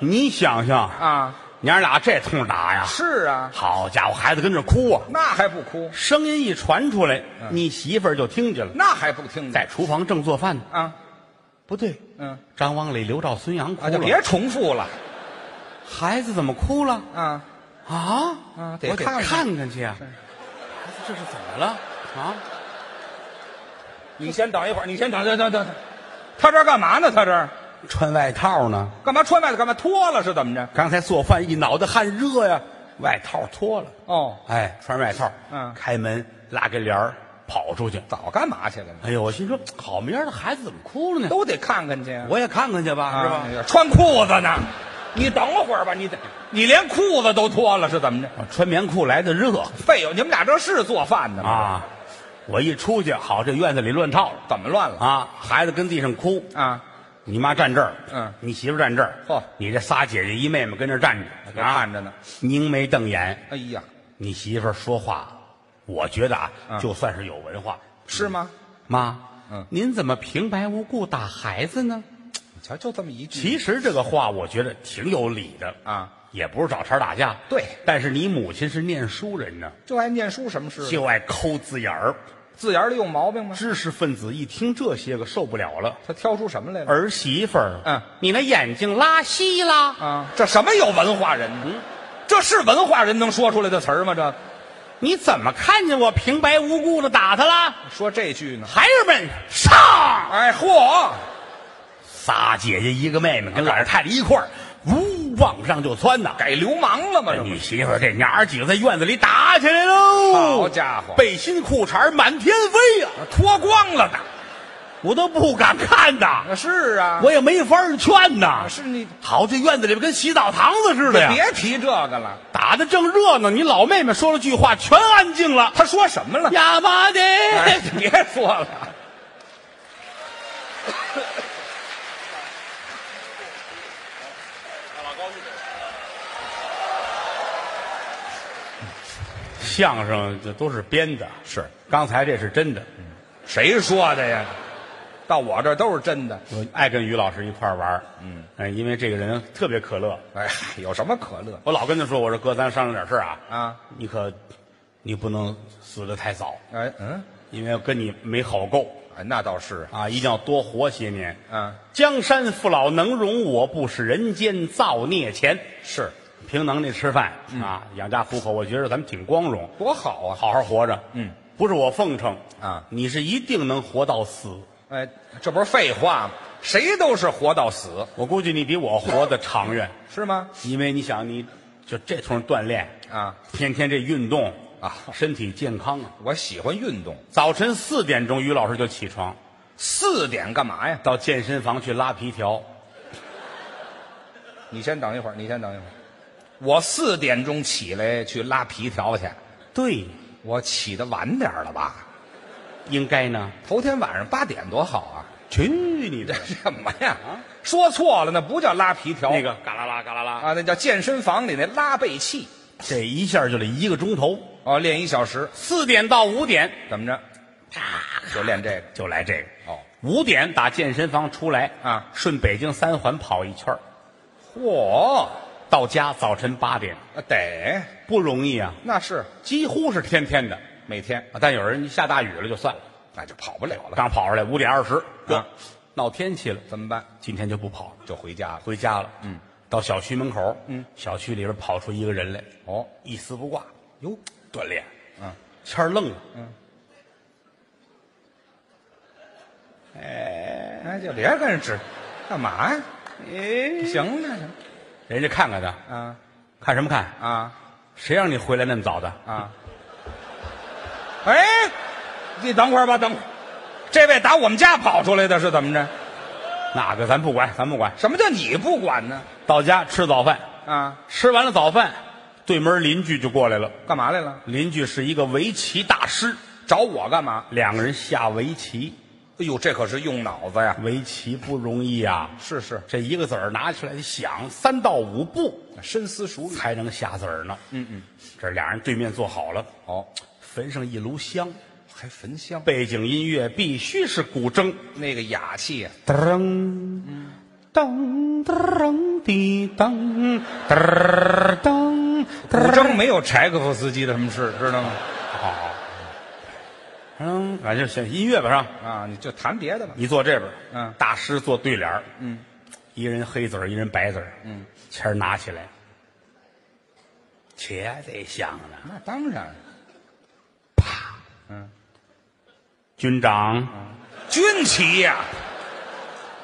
Speaker 1: 你想想，
Speaker 2: 啊，
Speaker 1: 娘俩这通打呀，
Speaker 2: 是啊，
Speaker 1: 好家伙，孩子跟着哭啊，
Speaker 2: 那还不哭？
Speaker 1: 声音一传出来，
Speaker 2: 嗯
Speaker 1: 你媳妇儿就听见了，
Speaker 2: 那还不听
Speaker 1: 在
Speaker 2: 见？
Speaker 1: 厨房正做饭呢。
Speaker 2: 啊，
Speaker 1: 不对，
Speaker 2: 嗯，
Speaker 1: 张王李刘赵孙杨哭
Speaker 2: 啊，
Speaker 1: 了，
Speaker 2: 就别重复了
Speaker 1: 孩子怎么哭了
Speaker 2: 啊！
Speaker 1: 啊？
Speaker 2: 啊得
Speaker 1: 我得
Speaker 2: 看看
Speaker 1: 看看去啊，孩子这是怎么了啊？
Speaker 2: 你先等一会儿，你先等等等等等，他这儿干嘛呢？他这儿
Speaker 1: 穿外套呢，
Speaker 2: 干嘛穿外头？干嘛脱了是怎么着？
Speaker 1: 刚才做饭一脑袋汗热呀，外套脱了，
Speaker 2: 哦，
Speaker 1: 哎，穿外套，
Speaker 2: 嗯
Speaker 1: 开门拉开帘儿跑出去。
Speaker 2: 早干嘛去了呢？
Speaker 1: 哎呦，我心说好明儿的孩子怎么哭了呢？
Speaker 2: 都得看看去啊。
Speaker 1: 我也看看去吧，是吧？
Speaker 2: 啊穿裤子呢，你等会儿吧，你得你连裤子都脱了是怎么着？
Speaker 1: 我啊穿棉裤来的热
Speaker 2: 废物，你们俩这是做饭的吗？
Speaker 1: 啊！我一出去，好，这院子里乱套了
Speaker 2: 怎么乱了？
Speaker 1: 啊！孩子跟地上哭，
Speaker 2: 啊，
Speaker 1: 你妈站这儿，
Speaker 2: 嗯
Speaker 1: 你媳妇站这儿，
Speaker 2: 嚯
Speaker 1: 你这仨姐姐一妹妹跟这儿站着，
Speaker 2: 都看着呢
Speaker 1: 啊，凝眉瞪眼。
Speaker 2: 哎呀，
Speaker 1: 你媳妇儿说话，我觉得啊，
Speaker 2: 嗯
Speaker 1: 就算是有文化，
Speaker 2: 是吗？
Speaker 1: 妈，
Speaker 2: 嗯
Speaker 1: 您怎么平白无故打孩子呢？
Speaker 2: 你瞧，就这么一句，
Speaker 1: 其实这个话我觉得挺有理的
Speaker 2: 啊，
Speaker 1: 也不是找茬打架。
Speaker 2: 对
Speaker 1: 但是你母亲是念书人呢，
Speaker 2: 就爱念书什么事？啊
Speaker 1: 就爱抠字眼儿。
Speaker 2: 字眼儿里有毛病吗？
Speaker 1: 知识分子一听这些个受不了了。
Speaker 2: 他挑出什么来了？
Speaker 1: 儿媳妇儿，
Speaker 2: 嗯，
Speaker 1: 你那眼睛拉稀啦，
Speaker 2: 啊，这什么有文化人？嗯，这是文化人能说出来的词儿吗？这
Speaker 1: 你怎么看见我平白无故的打他啦？
Speaker 2: 说这句呢？
Speaker 1: 孩儿们上！
Speaker 2: 哎，嚯，
Speaker 1: 仨姐姐一个妹妹跟老太太一块儿，呜往上就窜呐。
Speaker 2: 改流氓了吗？这不
Speaker 1: 你媳妇儿这娘儿几个在院子里打起来喽！
Speaker 2: 好家伙
Speaker 1: 背心裤衩满天飞呀、
Speaker 2: 脱光了的。
Speaker 1: 我都不敢看呐，
Speaker 2: 是啊，
Speaker 1: 我也没法儿劝呐。
Speaker 2: 是你
Speaker 1: 好，这院子里边跟洗澡堂子似的呀，
Speaker 2: 别提这个了。
Speaker 1: 打的正热闹，你老妹妹说了句话，全安静 了。
Speaker 2: 他说什么了？
Speaker 1: 呀妈的！
Speaker 2: 哎， 别说了，
Speaker 1: 相声这都是编的，
Speaker 2: 是
Speaker 1: 刚才这是真的。
Speaker 2: 谁说的呀？到我这儿都是真的。
Speaker 1: 我爱跟于老师一块儿玩儿，嗯，因为这个人特别可乐，
Speaker 2: 哎，有什么可乐
Speaker 1: 我老跟他说，我说哥，咱商量点事儿啊，
Speaker 2: 啊？
Speaker 1: 你可你不能死的太早，
Speaker 2: 哎，嗯，
Speaker 1: 因为我跟你没好够
Speaker 2: 哎，那倒是
Speaker 1: 啊，一定要多活些年。
Speaker 2: 啊，
Speaker 1: 江山父老能容我，不使人间造孽钱。
Speaker 2: 是
Speaker 1: 凭能力吃饭
Speaker 2: 嗯
Speaker 1: 啊，养家糊口，我觉得咱们挺光荣，
Speaker 2: 多好啊！
Speaker 1: 好好活着。嗯，不是我奉承
Speaker 2: 啊
Speaker 1: 你是一定能活到死。
Speaker 2: 哎，这不是废话吗？谁都是活到死，
Speaker 1: 我估计你比我活得长远，
Speaker 2: 是吗？
Speaker 1: 因为你想，你就这通锻炼，
Speaker 2: 啊，
Speaker 1: 天天这运动
Speaker 2: 啊
Speaker 1: 身体健康啊。
Speaker 2: 我喜欢运动。
Speaker 1: 早晨四点钟，于老师就起床，
Speaker 2: 四点干嘛呀？
Speaker 1: 到健身房去拉皮条。
Speaker 2: 你先等一会儿，你先等一会儿。我四点钟起来去拉皮条去，
Speaker 1: 对，
Speaker 2: 我起得晚点儿了吧？
Speaker 1: 应该呢。
Speaker 2: 头天晚上八点多好啊！
Speaker 1: 去你的！
Speaker 2: 什么呀？说错了，那不叫拉皮条，
Speaker 1: 那个嘎啦啦嘎啦啦，
Speaker 2: 啊，那叫健身房里那拉背器。
Speaker 1: 这一下就得一个钟头，
Speaker 2: 哦，练一小时，
Speaker 1: 四点到五点
Speaker 2: 怎么着？就练这个。
Speaker 1: 就来这个。
Speaker 2: 哦，
Speaker 1: 五点打健身房出来
Speaker 2: 啊
Speaker 1: 顺北京三环跑一圈儿
Speaker 2: 嚯，
Speaker 1: 到家早晨八点，
Speaker 2: 啊得，
Speaker 1: 不容易啊，
Speaker 2: 那是
Speaker 1: 几乎是天天的。
Speaker 2: 每天，
Speaker 1: 啊但有人一下大雨了就算了，
Speaker 2: 那就跑不了了。
Speaker 1: 刚跑出来五点二十，哥，
Speaker 2: 啊
Speaker 1: 闹天气了，
Speaker 2: 怎么办？
Speaker 1: 今天就不跑了，
Speaker 2: 就回家了。
Speaker 1: 回家了。嗯，到小区门口，嗯，小区里边跑出一个人来，
Speaker 2: 哦，
Speaker 1: 一丝不挂，
Speaker 2: 哟，
Speaker 1: 锻炼。
Speaker 2: 嗯，
Speaker 1: 谦儿愣了，
Speaker 2: 哎，就别跟人指，干嘛呀？行了，行
Speaker 1: 人家看看他，
Speaker 2: 啊
Speaker 1: 看什么看？
Speaker 2: 啊
Speaker 1: 谁让你回来那么早的？
Speaker 2: 啊！哎，你等会儿吧，等会儿，这位打我们家跑出来的是怎么着？
Speaker 1: 那个咱不管，咱不管。
Speaker 2: 什么叫你不管呢？
Speaker 1: 到家吃早饭，
Speaker 2: 啊，
Speaker 1: 吃完了早饭，对门邻居就过来了。
Speaker 2: 干嘛来了？
Speaker 1: 邻居是一个围棋大师，
Speaker 2: 找我干嘛？
Speaker 1: 两个人下围棋，
Speaker 2: 哎呦，这可是用脑子呀！
Speaker 1: 围棋不容易啊。
Speaker 2: 是是，
Speaker 1: 这一个子儿拿起来得想三到五步
Speaker 2: 深思熟虑。
Speaker 1: 才能下子儿呢。嗯嗯，这俩人对面坐好了，
Speaker 2: 哦，
Speaker 1: 焚上一炉香，
Speaker 2: 还焚香，
Speaker 1: 背景音乐必须是古筝。
Speaker 2: 那个雅气呀、
Speaker 1: 噔噔噔滴噔噔噔，
Speaker 2: 古筝没有柴可夫斯基的什么事，知道吗？
Speaker 1: 好，嗯，反正选音乐吧，是吧？
Speaker 2: 啊，你就谈别的吧。
Speaker 1: 你坐这边，
Speaker 2: 嗯
Speaker 1: 大师坐对脸儿，嗯，一人黑子儿，一人白子儿，嗯，钱儿拿起来，且得想呢，
Speaker 2: 那当然，
Speaker 1: 军长，
Speaker 2: 军棋呀、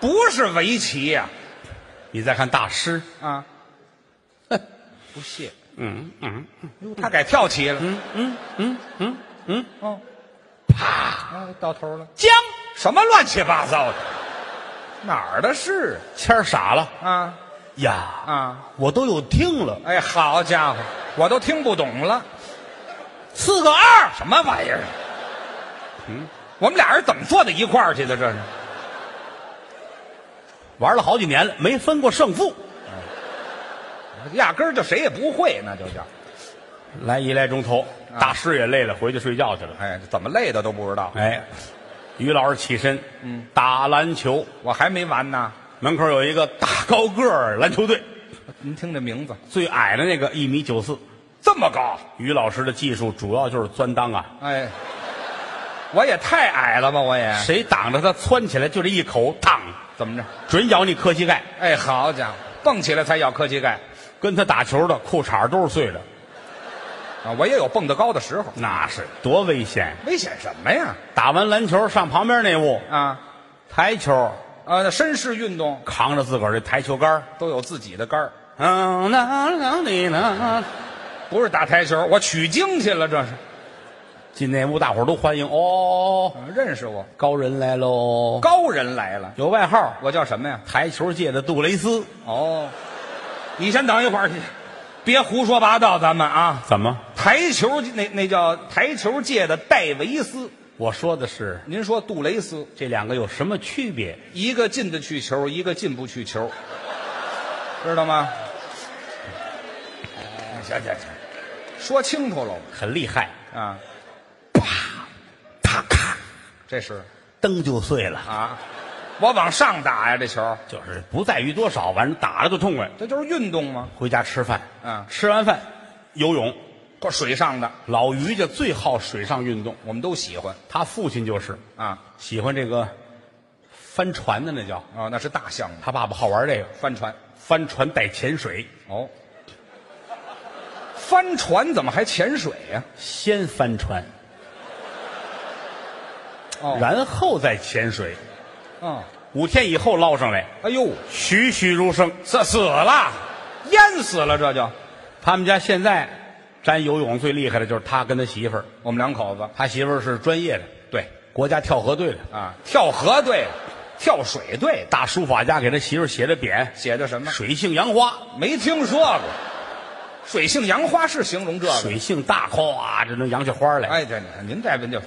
Speaker 2: 不是围棋呀、
Speaker 1: 你再看大师，
Speaker 2: 啊，不屑。
Speaker 1: 嗯嗯，
Speaker 2: 哟，他改跳棋了。嗯嗯嗯嗯嗯。哦，啪！啊，到头了。
Speaker 1: 将，
Speaker 2: 什么乱七八糟的？哪儿的事
Speaker 1: 谦儿傻了
Speaker 2: 啊？
Speaker 1: 呀
Speaker 2: 啊啊！
Speaker 1: 我都有听了，
Speaker 2: 哎，好家伙，我都听不懂了，
Speaker 1: 四个二，
Speaker 2: 什么玩意儿？嗯，我们俩人怎么坐到一块儿去的？这是
Speaker 1: 玩了好几年了，没分过胜负。
Speaker 2: 压根儿就谁也不会，那就叫
Speaker 1: 来一来钟头，大师也累了，回去睡觉去了。
Speaker 2: 哎，怎么累的都不知道。
Speaker 1: 哎，于老师起身，嗯，打篮球。
Speaker 2: 我还没完呢，
Speaker 1: 门口有一个大高个儿篮球队，
Speaker 2: 您听这名字
Speaker 1: 最矮的那个一米九四。
Speaker 2: 这么高，
Speaker 1: 于老师的技术主要就是钻裆啊，
Speaker 2: 哎，我也太矮了吧，我也
Speaker 1: 谁挡着他窜起来，就这一口烫，
Speaker 2: 怎么着？
Speaker 1: 准咬你磕膝盖。
Speaker 2: 哎，好家伙，蹦起来才咬磕膝盖
Speaker 1: 跟他打球的裤衩都是碎的，
Speaker 2: 啊！我也有蹦得高的时候，
Speaker 1: 那是多危险！
Speaker 2: 危险什么呀？
Speaker 1: 打完篮球上旁边那屋
Speaker 2: 啊，
Speaker 1: 台球，
Speaker 2: 呃，那绅士运动
Speaker 1: 扛着自个儿这台球杆儿，
Speaker 2: 都有自己的杆儿，
Speaker 1: 嗯，那那你呢？
Speaker 2: 不是打台球，我取经去了，这是、
Speaker 1: 进那屋，大伙儿都欢迎哦，
Speaker 2: 嗯认识我
Speaker 1: 高人来喽！
Speaker 2: 高人来了，
Speaker 1: 有外号，
Speaker 2: 我叫什么呀？
Speaker 1: 台球界的杜蕾斯。
Speaker 2: 哦，你先等一会儿，你别胡说八道，咱们啊，
Speaker 1: 怎么？
Speaker 2: 台球那那叫台球界的戴维斯，
Speaker 1: 我说的是
Speaker 2: 您说杜蕾斯，
Speaker 1: 这两个有什么区别？
Speaker 2: 一个进得去球，一个进不去球，知道吗？哎
Speaker 1: 行行行，
Speaker 2: 说清楚了
Speaker 1: 很厉害，
Speaker 2: 啊，
Speaker 1: 啪咔，
Speaker 2: 这是
Speaker 1: 灯就碎了。
Speaker 2: 啊，我往上打呀，这球，
Speaker 1: 就是不在于多少，反正打了就痛快。
Speaker 2: 这就是运动嘛，
Speaker 1: 回家吃饭，
Speaker 2: 嗯
Speaker 1: 吃完饭游泳。
Speaker 2: 过水上的，
Speaker 1: 老于家最好水上运动，
Speaker 2: 我们都喜欢
Speaker 1: 他父亲就是
Speaker 2: 啊。
Speaker 1: 喜欢这个帆船的，那叫
Speaker 2: 哦，那是大项目，
Speaker 1: 他爸爸好玩这个
Speaker 2: 帆船。
Speaker 1: 帆船带潜水，
Speaker 2: 哦，帆船怎么还潜水呀、
Speaker 1: 先帆船，
Speaker 2: 哦
Speaker 1: 然后再潜水，
Speaker 2: 哦，
Speaker 1: 五天以后捞上来，
Speaker 2: 哎呦，
Speaker 1: 栩栩如生。
Speaker 2: 这死了，淹死了，这就
Speaker 1: 他们家现在沾游泳最厉害的就是他跟他媳妇儿，
Speaker 2: 我们两口子。
Speaker 1: 他媳妇儿是专业的，
Speaker 2: 对
Speaker 1: 国家跳河队的。
Speaker 2: 啊，跳河队，跳水队
Speaker 1: 大书法家给他媳妇儿写的匾
Speaker 2: 写的
Speaker 1: “
Speaker 2: 什么？
Speaker 1: 水性杨花”，
Speaker 2: 没听说过。水性杨花是形容这个。
Speaker 1: 水性大，咵，这能扬起花来。
Speaker 2: 啊哎，对，对您这边就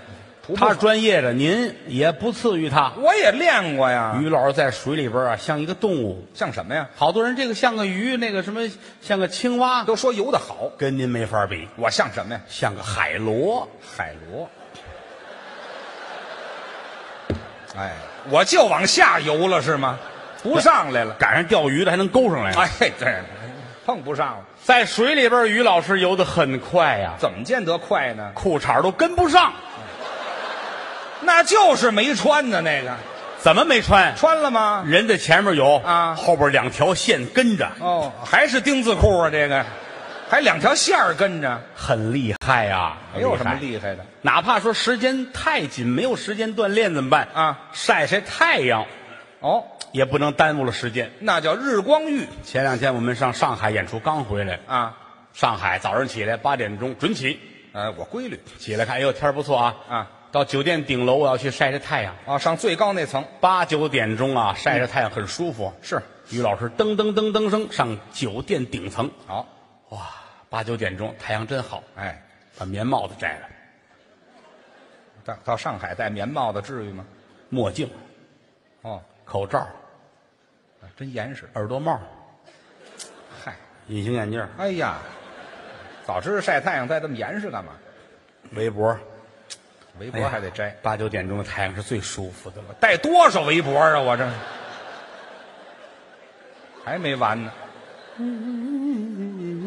Speaker 2: 徒步
Speaker 1: 他是专业的，您也不次于他。
Speaker 2: 我也练过呀。
Speaker 1: 于老师在水里边啊，像一个动物。
Speaker 2: 像什么呀？
Speaker 1: 好多人这个像个鱼，那个什么像个青蛙，
Speaker 2: 都说游的好，
Speaker 1: 跟您没法比，
Speaker 2: 我像什么呀？
Speaker 1: 像个海螺。
Speaker 2: 海螺。哎，我就往下游了是吗？不上来了。
Speaker 1: 赶上钓鱼的还能勾上来。
Speaker 2: 哎，对，碰不上了，
Speaker 1: 在水里边，于老师游得很快呀、
Speaker 2: 怎么见得快呢？
Speaker 1: 裤衩都跟不上，
Speaker 2: 那就是没穿的那个，
Speaker 1: 怎么没穿？
Speaker 2: 穿了吗？
Speaker 1: 人在前面有
Speaker 2: 啊
Speaker 1: 后边两条线跟着，
Speaker 2: 哦，还是丁字裤啊，这个，还两条线儿跟着，
Speaker 1: 很厉害呀、啊！
Speaker 2: 没有什么厉害的。
Speaker 1: 哪怕说时间太紧，没有时间锻炼怎么办
Speaker 2: 啊？
Speaker 1: 晒晒太阳
Speaker 2: 哦，
Speaker 1: 也不能耽误了时间。
Speaker 2: 那叫日光浴
Speaker 1: 前两天我们上上海演出，刚回来，
Speaker 2: 啊。
Speaker 1: 上海早上起来八点钟准起，
Speaker 2: 呃，我规律
Speaker 1: 起来看，哎呦天儿不错啊
Speaker 2: 啊！
Speaker 1: 到酒店顶楼我要去晒晒太阳，
Speaker 2: 啊，上最高那层
Speaker 1: 八九点钟啊晒晒太阳很舒服。
Speaker 2: 是
Speaker 1: 于老师噔噔噔噔声上酒店顶层，
Speaker 2: 好，
Speaker 1: 哇，八九点钟太阳真好，
Speaker 2: 哎，
Speaker 1: 把棉帽子摘了，
Speaker 2: 到到上海戴棉帽子至于吗？
Speaker 1: 墨镜、
Speaker 2: 哦，
Speaker 1: 口罩、
Speaker 2: 真严实。
Speaker 1: 耳朵帽、
Speaker 2: 嗨，
Speaker 1: 隐形眼镜、
Speaker 2: 哎呀，早知道晒太阳戴这么严实干嘛？
Speaker 1: 围脖，
Speaker 2: 围
Speaker 1: 哎
Speaker 2: 脖
Speaker 1: 呀
Speaker 2: 还得摘，
Speaker 1: 八九点钟的太阳是最舒服的了。
Speaker 2: 戴多少围脖啊？我这还没完呢。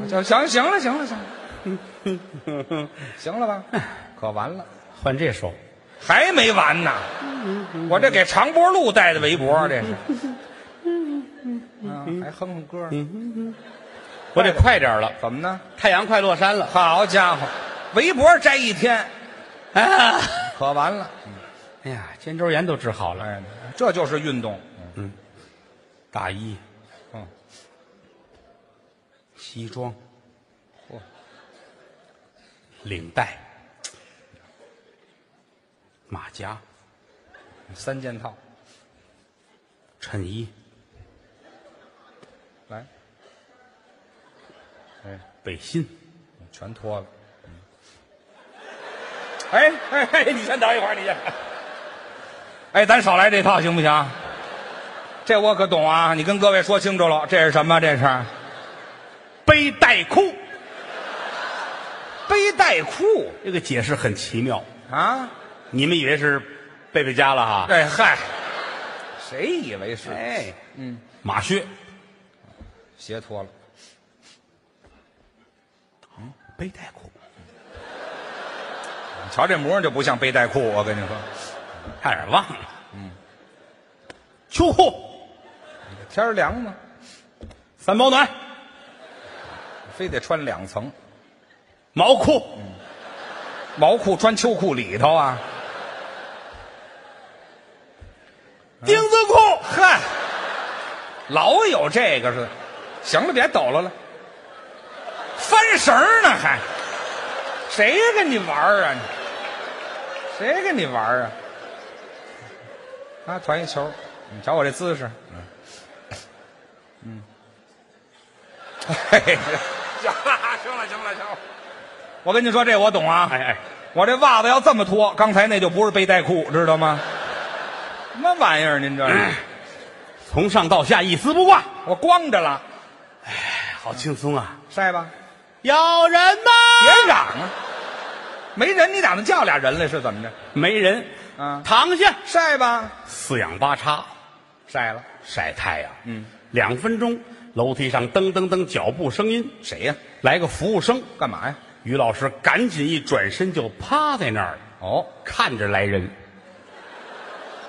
Speaker 2: 行行行了行了行了，行了 吧？可完了，
Speaker 1: 换这首，
Speaker 2: 还没完呢。我这给长脖鹿戴的围脖，这是。啊，还哼哼歌呢，
Speaker 1: 我得快点了，
Speaker 2: 怎么呢？
Speaker 1: 太阳快落山了。
Speaker 2: 好家伙，围脖摘一天，
Speaker 1: 啊！
Speaker 2: 可完了。
Speaker 1: 哎呀，肩周炎都治好了。
Speaker 2: 哎，这就是运动。
Speaker 1: 大衣、
Speaker 2: 嗯，
Speaker 1: 西装、
Speaker 2: 嚯
Speaker 1: 领带、马甲、
Speaker 2: 三件套，
Speaker 1: 衬衣、
Speaker 2: 来，哎，
Speaker 1: 背心，
Speaker 2: 全脱了。哎哎哎，你先等一会儿，你先。哎，咱少来这套行不行？这我可懂啊！你跟各位说清楚了，这是什么？这是
Speaker 1: 背带裤。
Speaker 2: 背带裤
Speaker 1: 这个解释很奇妙，
Speaker 2: 啊！
Speaker 1: 你们以为是贝贝家了哈？
Speaker 2: 哎嗨，谁以为是？
Speaker 1: 哎，
Speaker 2: 嗯，
Speaker 1: 马靴、
Speaker 2: 鞋脱了，
Speaker 1: 背带裤，
Speaker 2: 瞧这模样就不像背带裤，我跟你说。
Speaker 1: 差点忘了。嗯，秋裤、
Speaker 2: 天儿凉吗？
Speaker 1: 三保暖、
Speaker 2: 非得穿两层。
Speaker 1: 毛裤、
Speaker 2: 毛裤穿秋裤里头啊？
Speaker 1: 钉子裤。
Speaker 2: 嗨， 老有这个似的。行了，别抖了了，翻绳儿呢还？谁跟你玩儿啊？你谁跟你玩儿啊？啊，团一球，你瞧我这姿势，嗯，嗯， 嘿嘿，行了，行了，行了，行了。我跟你说，这我懂啊。
Speaker 1: 哎哎，
Speaker 2: 我这袜子要这么脱，刚才那就不是背带裤，知道吗？什么玩意儿？您这是、
Speaker 1: 从上到下一丝不挂，
Speaker 2: 我光着了，
Speaker 1: 好轻松啊！
Speaker 2: 晒吧，
Speaker 1: 要人吗？
Speaker 2: 别嚷啊！没人，你打算叫俩人来是怎么着？
Speaker 1: 没人，
Speaker 2: 啊
Speaker 1: 躺下，
Speaker 2: 晒吧，
Speaker 1: 四仰八叉
Speaker 2: 晒了，
Speaker 1: 晒太阳。嗯，两分钟，楼梯上噔噔噔脚步声音，
Speaker 2: 谁呀、
Speaker 1: 来个服务生，
Speaker 2: 干嘛呀？
Speaker 1: 于老师赶紧一转身就趴在那儿了，
Speaker 2: 哦，
Speaker 1: 看着来人。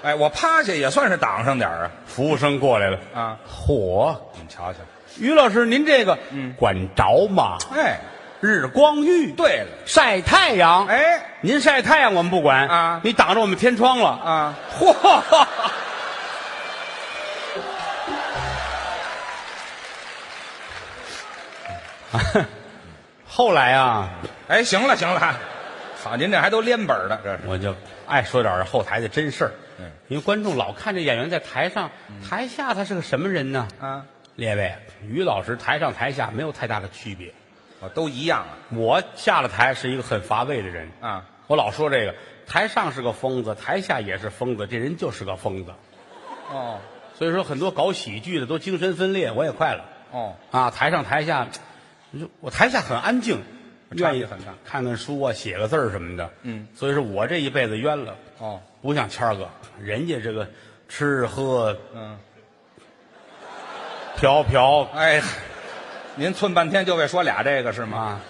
Speaker 2: 哎，我趴下也算是挡上点儿啊。
Speaker 1: 服务生过来了，
Speaker 2: 啊，
Speaker 1: 嚯，
Speaker 2: 你瞧瞧，
Speaker 1: 于老师您这个嗯管着吗？
Speaker 2: 哎，
Speaker 1: 日光浴
Speaker 2: 对了，
Speaker 1: 晒太阳，
Speaker 2: 哎
Speaker 1: 您晒太阳我们不管
Speaker 2: 啊
Speaker 1: 你挡着我们天窗了啊。
Speaker 2: 啊，嚯，
Speaker 1: 后来啊，
Speaker 2: 哎，行了行了，好，您这还都连本儿的，这是
Speaker 1: 我就爱说点儿后台的真事儿。
Speaker 2: 嗯，
Speaker 1: 因为观众老看这演员在台上，台下他是个什么人呢？
Speaker 2: 啊，
Speaker 1: 列位，于老师台上台下没有太大的区别。
Speaker 2: 我都一样啊
Speaker 1: 我下了台是一个很乏味的人。
Speaker 2: 啊，
Speaker 1: 我老说这个，台上是个疯子，台下也是疯子，这人就是个疯子。
Speaker 2: 哦
Speaker 1: 所以说，很多搞喜剧的都精神分裂，我也快了
Speaker 2: 哦，
Speaker 1: 啊！台上台下，我就我台下很安静，
Speaker 2: 差
Speaker 1: 愿
Speaker 2: 别
Speaker 1: 意
Speaker 2: 很大
Speaker 1: 看看书啊，写个字儿什么的。
Speaker 2: 嗯，
Speaker 1: 所以说我这一辈子冤了。
Speaker 2: 哦，
Speaker 1: 不像谦儿哥，人家这个吃喝
Speaker 2: 嗯。
Speaker 1: 嫖嫖
Speaker 2: 哎，您寸半天就为说俩这个是吗？
Speaker 1: 啊，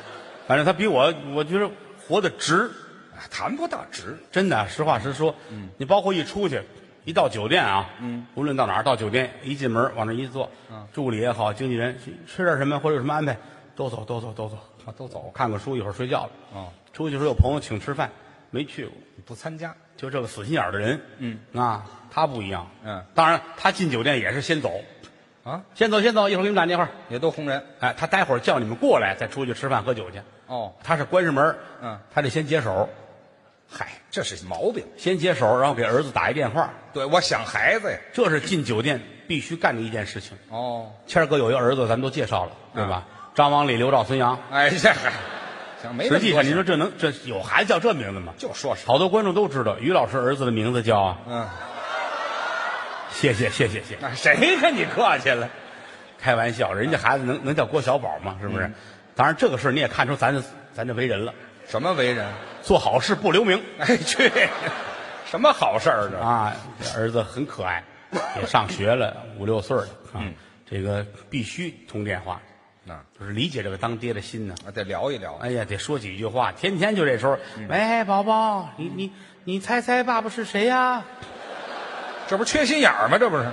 Speaker 1: 反正他比我，我觉得活得值。
Speaker 2: 哎谈不到值
Speaker 1: 真的，实话实说，你包括一出去，一到酒店啊，嗯，无论到哪儿，到酒店一进门往那一坐，嗯，助理也好，经纪人吃吃点什么或者有什么安排，都走都走都走，
Speaker 2: 啊，都
Speaker 1: 我
Speaker 2: 走，
Speaker 1: 看看书，一会儿睡觉了。
Speaker 2: 哦，
Speaker 1: 出去时候有朋友请吃饭，没去过，
Speaker 2: 不参加，
Speaker 1: 就这个死心眼儿的人，
Speaker 2: 嗯
Speaker 1: 啊，他不一样，
Speaker 2: 嗯，
Speaker 1: 当然他进酒店也是先走，
Speaker 2: 啊，
Speaker 1: 先走先走，一会儿给你们打电话，
Speaker 2: 也都红人。
Speaker 1: 哎，他待会儿叫你们过来再出去吃饭喝酒去，
Speaker 2: 哦，
Speaker 1: 他是关上门，
Speaker 2: 嗯，
Speaker 1: 他得先解手，
Speaker 2: 嗨，这是毛病。
Speaker 1: 先解手，然后给儿子打一电话，
Speaker 2: 对，我想孩子呀。
Speaker 1: 这是进酒店必须干的一件事情。
Speaker 2: 哦，
Speaker 1: 谦儿哥有一儿子，咱们都介绍了，
Speaker 2: 嗯
Speaker 1: 对吧？张王李刘赵孙杨，
Speaker 2: 哎呀，行，没
Speaker 1: 实
Speaker 2: 那么多
Speaker 1: 际上你
Speaker 2: 想
Speaker 1: 说这能这有孩子叫这名字吗？
Speaker 2: 就说是，
Speaker 1: 好多观众都知道，于老师儿子的名字叫啊
Speaker 2: 嗯，
Speaker 1: 谢谢谢谢谢，
Speaker 2: 那谁跟你客气了？啊
Speaker 1: 开玩笑，人家孩子能能叫郭小宝吗？是不
Speaker 2: 嗯
Speaker 1: 是？当然这个事儿你也看出咱这咱这为人了，
Speaker 2: 什么为人？
Speaker 1: 做好事不留名
Speaker 2: 哎，去，什么好事儿这？
Speaker 1: 啊。儿子很可 爱，也上学了五六岁了啊，
Speaker 2: 嗯
Speaker 1: 这个必须通电话，
Speaker 2: 那
Speaker 1: 就是理解这个当爹的心呢。
Speaker 2: 我得聊一聊。
Speaker 1: 哎呀，得说几句话，
Speaker 2: 嗯
Speaker 1: 天天就这时候。喂，宝宝，你你你猜猜爸爸是谁呀、
Speaker 2: 这不是缺心眼儿吗？这不
Speaker 1: 啊
Speaker 2: 是？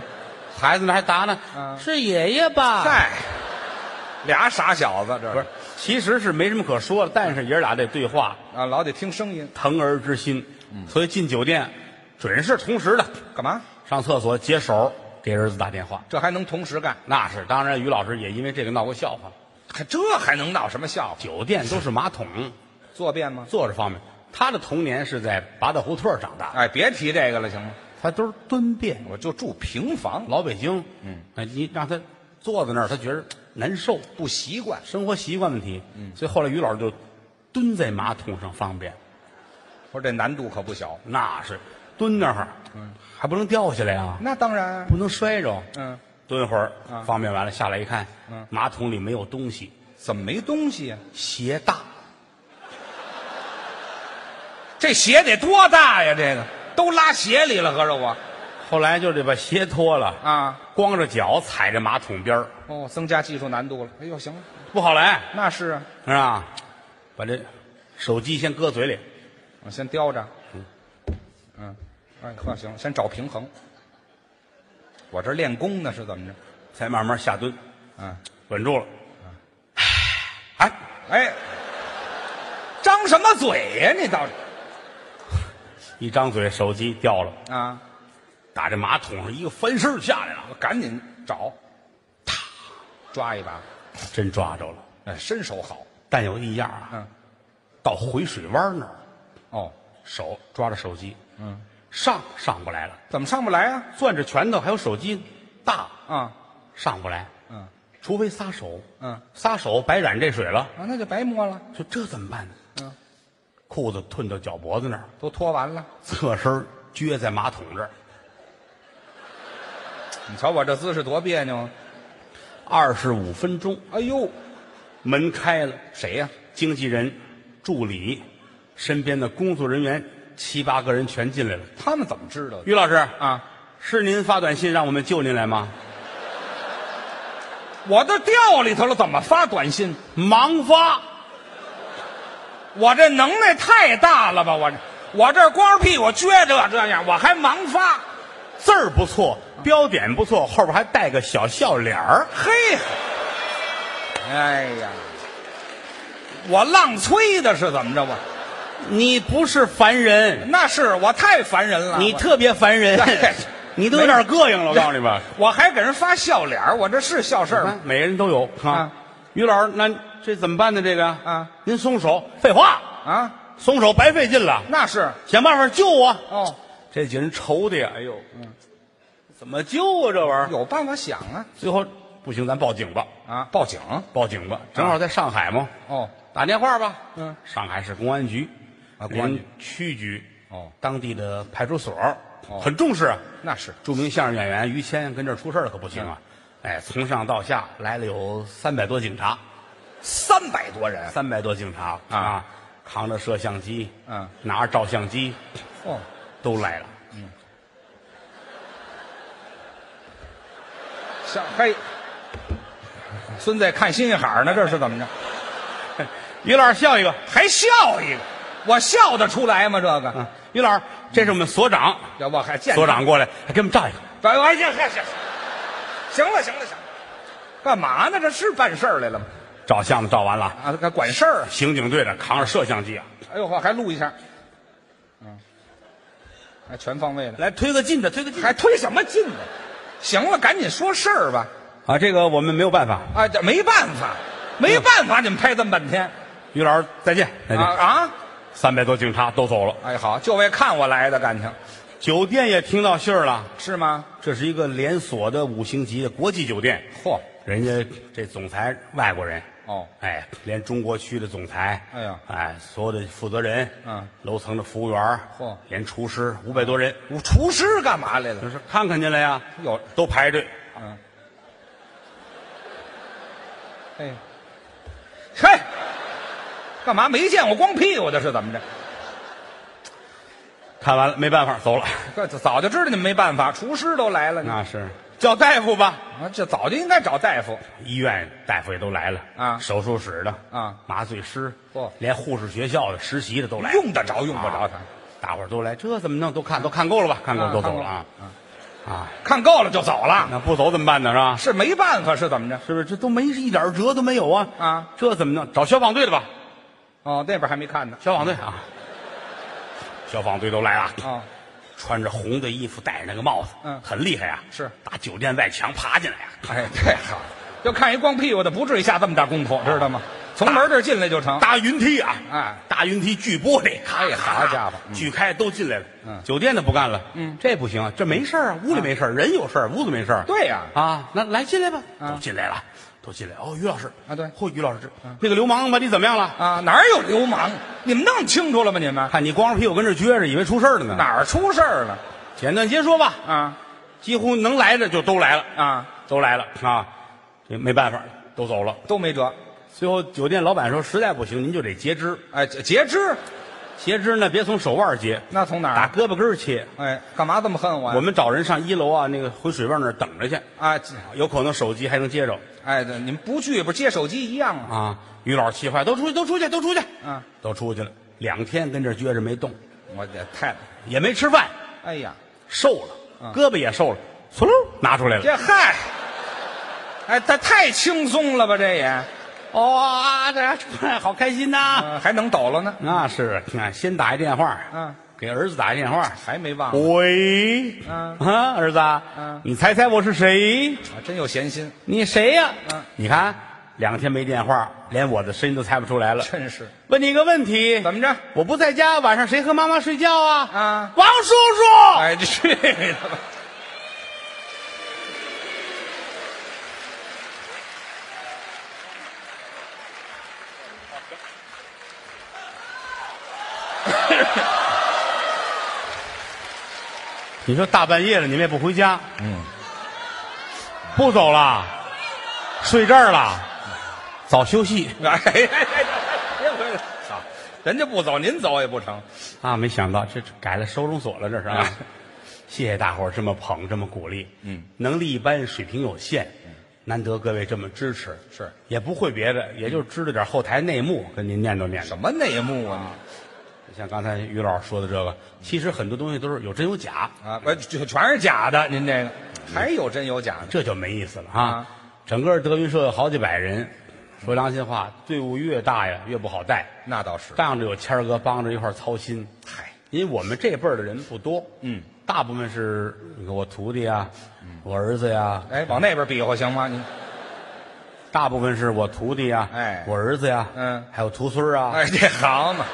Speaker 1: 孩子们还答呢，
Speaker 2: 嗯
Speaker 1: 是爷爷吧？
Speaker 2: 嗨，俩傻小子，这
Speaker 1: 不是，其实是没什么可说的，但是爷儿俩这对话，
Speaker 2: 啊？老得听声音，
Speaker 1: 疼儿之心，所以进酒店准是同时的，
Speaker 2: 干嘛？
Speaker 1: 上厕所解手给儿子打电话，
Speaker 2: 这还能同时干？
Speaker 1: 那是当然。于老师也因为这个闹过笑话，
Speaker 2: 还这还能闹什么笑话？
Speaker 1: 酒店都是马桶，
Speaker 2: 坐便吗？
Speaker 1: 坐着方便。他的童年是在八大胡同长大，
Speaker 2: 哎，别提这个了，行吗？
Speaker 1: 他都是蹲便，
Speaker 2: 我就住平房，
Speaker 1: 老北京，嗯，哎，你让他坐在那儿，他觉得难受，
Speaker 2: 不习惯。
Speaker 1: 生活习惯问题，嗯，所以后来于老师就蹲在马桶上方便，
Speaker 2: 我说这难度可不小。
Speaker 1: 那是蹲那儿，嗯，还不能掉下来啊，
Speaker 2: 那当然啊，
Speaker 1: 不能摔着，
Speaker 2: 嗯，
Speaker 1: 蹲会儿
Speaker 2: 啊
Speaker 1: 方便完了下来一看，
Speaker 2: 嗯
Speaker 1: 马桶里没有东西，
Speaker 2: 怎么没东西呀、
Speaker 1: 鞋大，
Speaker 2: 这鞋得多大呀？这个都拉鞋里了，合着我
Speaker 1: 后来就得把鞋脱了，
Speaker 2: 啊。
Speaker 1: 光着脚踩着马桶边儿，
Speaker 2: 哦，增加技术难度了。哎呦，行了，
Speaker 1: 不好来
Speaker 2: 那是啊，
Speaker 1: 是吧？把这手机先搁嘴里，
Speaker 2: 我先叼着。嗯，哎呵，行了，先找平衡。我这练功呢，是怎么着？
Speaker 1: 才慢慢下蹲，
Speaker 2: 嗯，
Speaker 1: 稳住了，哎，
Speaker 2: 哎，张什么嘴呀、你到底
Speaker 1: 一张嘴手机掉了，
Speaker 2: 啊？
Speaker 1: 打这马桶上一个翻身儿下来了。
Speaker 2: 我赶紧找，啪，抓一把。
Speaker 1: 真抓着了。
Speaker 2: 哎，身手好。
Speaker 1: 但有一样啊，
Speaker 2: 嗯，
Speaker 1: 到回水弯那儿，
Speaker 2: 哦，
Speaker 1: 手抓着手机，
Speaker 2: 嗯，
Speaker 1: 上上不来了，
Speaker 2: 怎么上不来啊？
Speaker 1: 攥着拳头还有手机大
Speaker 2: 啊，
Speaker 1: 上不来，
Speaker 2: 嗯
Speaker 1: 除非撒手，
Speaker 2: 嗯
Speaker 1: 撒手白染这水了，
Speaker 2: 啊，那就白摸了，
Speaker 1: 说这怎么办呢？
Speaker 2: 嗯，
Speaker 1: 裤子褪到脚脖子那儿，
Speaker 2: 都脱完了。
Speaker 1: 侧身撅在马桶这儿，
Speaker 2: 你瞧我这姿势多别扭啊！
Speaker 1: 二十五分钟，
Speaker 2: 哎呦，
Speaker 1: 门开了，
Speaker 2: 谁呀、
Speaker 1: 经纪人、助理、身边的工作人员七八个人全进来了。
Speaker 2: 他们怎么知道的
Speaker 1: 于老师，
Speaker 2: 啊？
Speaker 1: 是您发短信让我们救您来吗？
Speaker 2: 我都掉里头了，怎么发短信？
Speaker 1: 盲发，
Speaker 2: 我这能耐太大了吧？我这我这光屁股撅着这样，我还盲发。
Speaker 1: 字儿不
Speaker 2: 啊
Speaker 1: 错，标点不错，后边还带个小笑脸儿。
Speaker 2: 嘿，哎呀，我浪催的是怎么着？我
Speaker 1: 你不是凡人，
Speaker 2: 那是我太烦人了。
Speaker 1: 你
Speaker 2: 我
Speaker 1: 特别烦人
Speaker 2: 哎，
Speaker 1: 你都有点膈应了。我告诉你吧，
Speaker 2: 我还给人发笑脸儿，我这是笑事儿吗？
Speaker 1: 每个人都有啊
Speaker 2: 啊。
Speaker 1: 于老师，那这怎么办呢？这个
Speaker 2: 啊，
Speaker 1: 您松手，废话，
Speaker 2: 啊，
Speaker 1: 松手白费劲了，
Speaker 2: 那是
Speaker 1: 想办法救我。
Speaker 2: 哦，嗯
Speaker 1: 这几人愁的呀，哎呦，怎么救啊？这玩意儿，
Speaker 2: 有办法想啊
Speaker 1: 最后不行，咱报警吧，
Speaker 2: 啊！报警
Speaker 1: 报警吧，正好在上海嘛，
Speaker 2: 哦，
Speaker 1: 打电话吧。
Speaker 2: 嗯，
Speaker 1: 上海市公安局
Speaker 2: 啊公安局
Speaker 1: 连区局
Speaker 2: 哦，
Speaker 1: 当地的派出所、
Speaker 2: 哦
Speaker 1: 很重视啊。
Speaker 2: 那是
Speaker 1: 著名相声演员于谦跟这儿出事儿可不行啊！哎，从上到下来了有三百多警察，
Speaker 2: 三百多人
Speaker 1: 三百多警察
Speaker 2: 啊
Speaker 1: 扛着摄像机，
Speaker 2: 嗯
Speaker 1: 拿着照相机
Speaker 2: 哦，
Speaker 1: 都来了。
Speaker 2: 像嘿，孙子看新海儿呢，这是怎么着？
Speaker 1: 于老师笑一个，
Speaker 2: 还笑一个，我笑得出来吗？这个
Speaker 1: 啊于老师这是我们所长，
Speaker 2: 要不还见
Speaker 1: 嗯所长过来，还给我们照一个。
Speaker 2: 哎呦，哎呀，行行，行了，行了，行了，干嘛呢？这是办事儿来了吗？
Speaker 1: 照相照完了啊，
Speaker 2: 啊，还管事儿啊？
Speaker 1: 刑警队的扛着摄像机啊，
Speaker 2: 哎呦呵，还录一下，嗯，还全方位的，
Speaker 1: 来推个近的，推个近的
Speaker 2: 还推什么劲呢？行了，赶紧说事儿吧。
Speaker 1: 啊，这个我们没有办法。
Speaker 2: 啊，这没办法，没办法，你们拍这么半天
Speaker 1: 于老师，再见，再
Speaker 2: 啊
Speaker 1: 见。
Speaker 2: 啊！
Speaker 1: 三百多警察都走了，
Speaker 2: 哎，好，就为看我来的，感情
Speaker 1: 酒店也听到信儿了。
Speaker 2: 是吗？
Speaker 1: 这是一个连锁的五星级的国际酒店，
Speaker 2: 嚯，
Speaker 1: 人家这总裁外国人，
Speaker 2: 哦，
Speaker 1: 哎，连中国区的总裁，
Speaker 2: 哎呀
Speaker 1: 哎，所有的负责人，
Speaker 2: 嗯，
Speaker 1: 楼层的服务员，
Speaker 2: 嚯
Speaker 1: 连厨师五百多人，
Speaker 2: 我厨师干嘛来
Speaker 1: 就
Speaker 2: 了？
Speaker 1: 是看看去了呀，
Speaker 2: 有，
Speaker 1: 都排队，
Speaker 2: 嗯，哎，嘿，干嘛没见过光屁股的是怎么着？
Speaker 1: 看完了没办法走了，
Speaker 2: 这早就知道你们没办法，厨师都来了，
Speaker 1: 那 是叫大夫吧，
Speaker 2: 啊，这早就应该找大夫。
Speaker 1: 医院大夫也都来了
Speaker 2: 啊
Speaker 1: 手术室的
Speaker 2: 啊
Speaker 1: 麻醉师，
Speaker 2: 嚯
Speaker 1: 连护士学校的实习的都来了，
Speaker 2: 用得着用不着他
Speaker 1: 啊，大伙儿都来，这怎么弄？都看都看够了吧？看够
Speaker 2: 啊
Speaker 1: 了都走了
Speaker 2: 看
Speaker 1: 啊啊！
Speaker 2: 看够了就走了，
Speaker 1: 那不走怎么办呢？是吧？
Speaker 2: 是没办法是怎么着？
Speaker 1: 是不是这都没一点辙都没有啊？
Speaker 2: 啊，
Speaker 1: 这怎么弄？找消防队的吧，
Speaker 2: 哦，那边还没看呢。
Speaker 1: 消防队啊，消防队都来了，
Speaker 2: 啊，
Speaker 1: 穿着红的衣服，戴着那个帽子，
Speaker 2: 嗯
Speaker 1: 很厉害啊，
Speaker 2: 是
Speaker 1: 打酒店外墙爬进来啊，
Speaker 2: 哎，这好，要看一光屁股的，不至于下这么大功夫，知道吗？从门这儿进来就成。
Speaker 1: 搭云梯啊，
Speaker 2: 哎
Speaker 1: 搭云梯锯玻璃，咔
Speaker 2: 哎呀
Speaker 1: 咔
Speaker 2: 好家伙嗯
Speaker 1: 锯开都进来了。
Speaker 2: 嗯
Speaker 1: 酒店的不干了，嗯，这不行，这没事儿啊，屋里没事儿，人有事儿，屋子没事儿。
Speaker 2: 对呀
Speaker 1: 啊，那来进来吧，
Speaker 2: 啊
Speaker 1: 都进来了，都进来。哦，于老师
Speaker 2: 啊对
Speaker 1: 嚯，于老师，那个流氓把你怎么样了？
Speaker 2: 啊，哪儿有流氓？你们弄清楚了吗？你们
Speaker 1: 看你光着屁股跟这撅着，以为出事儿了呢。
Speaker 2: 哪儿出事儿了？
Speaker 1: 简短截说吧，
Speaker 2: 啊
Speaker 1: 几乎能来的就都来了，
Speaker 2: 啊，
Speaker 1: 都来了啊，这没办法，都走了。
Speaker 2: 都没辙。
Speaker 1: 最后酒店老板说，实在不行您就得截肢，
Speaker 2: 哎，截截肢
Speaker 1: 截肢呢别从手腕儿截，
Speaker 2: 那从哪
Speaker 1: 打
Speaker 2: 儿？
Speaker 1: 胳膊根儿切。
Speaker 2: 哎，干嘛这么恨我呀？
Speaker 1: 我们找人上一楼啊，那个回水泵那儿等着去，
Speaker 2: 啊，
Speaker 1: 有可能手机还能接着
Speaker 2: 哎，这你们不去不是接手机一样吗？
Speaker 1: 啊。于老师气坏，都出去，都出去，都出去，
Speaker 2: 嗯，
Speaker 1: 都出去了。两天跟这儿撅着没动，
Speaker 2: 我这太，
Speaker 1: 也没吃饭，
Speaker 2: 哎呀，
Speaker 1: 瘦了，胳膊也瘦了，嗖溜拿出来了。
Speaker 2: 嗯这嗨，哎，这太轻松了吧？这也、
Speaker 1: 哦啊，这好开心呐、
Speaker 2: 啊还能抖了呢？
Speaker 1: 那是，啊，先打一电话，
Speaker 2: 嗯，
Speaker 1: 给儿子打一电 话。
Speaker 2: 还没忘呢
Speaker 1: 喂，
Speaker 2: 嗯
Speaker 1: 啊，儿子啊，
Speaker 2: 嗯
Speaker 1: 你猜猜我是谁？
Speaker 2: 啊，真有闲心，
Speaker 1: 你谁呀、
Speaker 2: 嗯
Speaker 1: 你看两天没电话，连我的声音都猜不出来了。
Speaker 2: 真是
Speaker 1: 问你一个问题，
Speaker 2: 怎么着？
Speaker 1: 我不在家，晚上谁和妈妈睡觉啊？
Speaker 2: 啊，
Speaker 1: 王叔叔。
Speaker 2: 哎，去 他妈！
Speaker 1: 你说大半夜了，你们也不回家，嗯，不走了，睡这儿了，早休息
Speaker 2: 哎哎哎哎，别回来！啊，人家不走，您走也不成。
Speaker 1: 啊！没想到这这改了收容所了，这是啊
Speaker 2: 哎！
Speaker 1: 谢谢大伙儿这么捧，这么鼓励，嗯，能力一般，水平有限，难得各位这么支持，
Speaker 2: 嗯是
Speaker 1: 也不会别的，也就知道点后台内幕，跟您念叨念叨
Speaker 2: 什。么内幕啊？
Speaker 1: 像刚才于老师说的这个，其实很多东西都是有真有假，
Speaker 2: 啊，不，全全是假的。您这个还有真有假的
Speaker 1: 这就没意思了啊！
Speaker 2: 啊
Speaker 1: 整个德云社有好几百人，说良心话，队伍越大呀越不好带，
Speaker 2: 那倒是。
Speaker 1: 仗着有谦儿哥帮着一块儿操心，
Speaker 2: 嗨，
Speaker 1: 因为我们这辈儿的人不多，
Speaker 2: 嗯，
Speaker 1: 大部分是你看我徒弟啊，我儿子呀、
Speaker 2: 哎，往那边比划行吗？你
Speaker 1: 大部分是我徒弟呀、
Speaker 2: 哎
Speaker 1: 我儿子呀、
Speaker 2: 嗯
Speaker 1: 还有徒孙儿啊，
Speaker 2: 哎，这好嘛，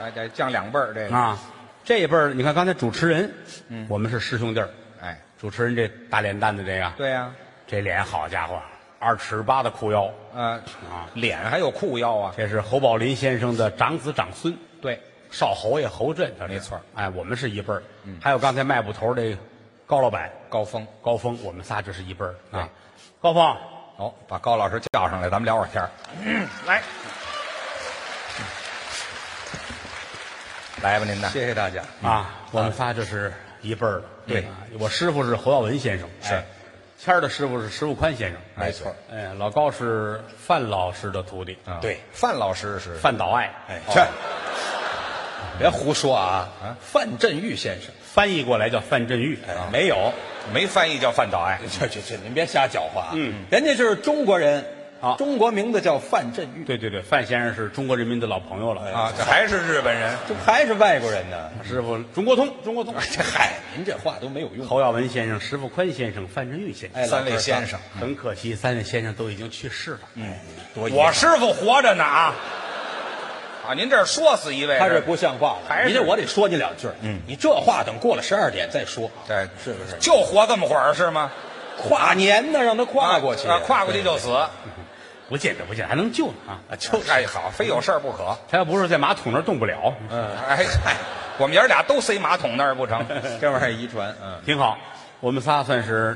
Speaker 2: 哎，这降两辈儿这个，
Speaker 1: 啊，这一辈儿，你看刚才主持人，嗯，我们是师兄弟儿，
Speaker 2: 哎，
Speaker 1: 主持人这大脸蛋子这个，
Speaker 2: 对啊呀，
Speaker 1: 这脸好家伙，二尺八的裤腰
Speaker 2: 呃，
Speaker 1: 啊，
Speaker 2: 脸还有裤腰啊，
Speaker 1: 这是侯宝林先生的长子长孙，
Speaker 2: 对，
Speaker 1: 少侯爷侯震，他是
Speaker 2: 没错儿嗯
Speaker 1: 哎，我们是一辈儿，还有刚才卖布头儿这个高老板。
Speaker 2: 高峰。
Speaker 1: 高峰，我们仨这是一辈儿啊。高峰，
Speaker 2: 哦，把高老师叫上来，咱们聊会儿天儿。来，来吧，您的，谢谢大家。
Speaker 4: 嗯
Speaker 1: 啊，我们仨这是一辈儿的。
Speaker 2: 对
Speaker 1: 啊我师傅是侯耀文先生，
Speaker 2: 是
Speaker 1: 哎谦儿的师傅是石富宽先生，
Speaker 2: 没错儿
Speaker 1: 哎，老高是
Speaker 4: 啊
Speaker 1: 范老师的徒弟，
Speaker 2: 啊，，范老师是
Speaker 1: 范岛爱，
Speaker 2: 哎，
Speaker 1: 哦
Speaker 2: 去，
Speaker 4: 别胡说啊！啊，范振钰先生，
Speaker 1: 翻译过来叫范振钰。啊
Speaker 4: 哎，没有，没翻译叫范岛
Speaker 2: 哎
Speaker 4: 爱。 这这这，您别瞎搅和啊！嗯，人家是中国人，
Speaker 1: 啊
Speaker 4: 中国名字叫范振钰
Speaker 1: 对对对，范先生是中国人民的老朋友了。
Speaker 4: 啊，这
Speaker 2: 还是日本人，
Speaker 4: 这还是外国人呢。
Speaker 1: 师傅，中国通，中国 通。
Speaker 4: 这嗨， 您这话都没有用。
Speaker 1: 侯耀文先生、石富宽先生、范振钰先生。
Speaker 4: 哎，
Speaker 2: 三位先
Speaker 4: 生，
Speaker 2: 生，
Speaker 1: 很可惜，三位先生都已经去世了。
Speaker 4: 嗯多遗
Speaker 2: 我
Speaker 4: 憾
Speaker 2: 师傅活着呢啊！啊，您这儿说死一位，
Speaker 4: 他这不像话了。
Speaker 2: 还是
Speaker 4: 您这我得说你两句。嗯，你这话等过了十二点再说，
Speaker 2: 对，
Speaker 4: 是不是？
Speaker 2: 哎就活这么会儿是吗？
Speaker 4: 跨年呢，让他跨过去
Speaker 2: 啊，跨过去就死，
Speaker 1: 不见得，不见得，还能救呢啊！
Speaker 2: 就哎好，非有事儿不可。
Speaker 1: 他要不是在马桶那儿动不了，
Speaker 2: 哎嗨，我们爷儿俩都塞马桶那儿不成？
Speaker 4: 这玩意儿遗传，嗯，
Speaker 1: 挺好。我们仨算是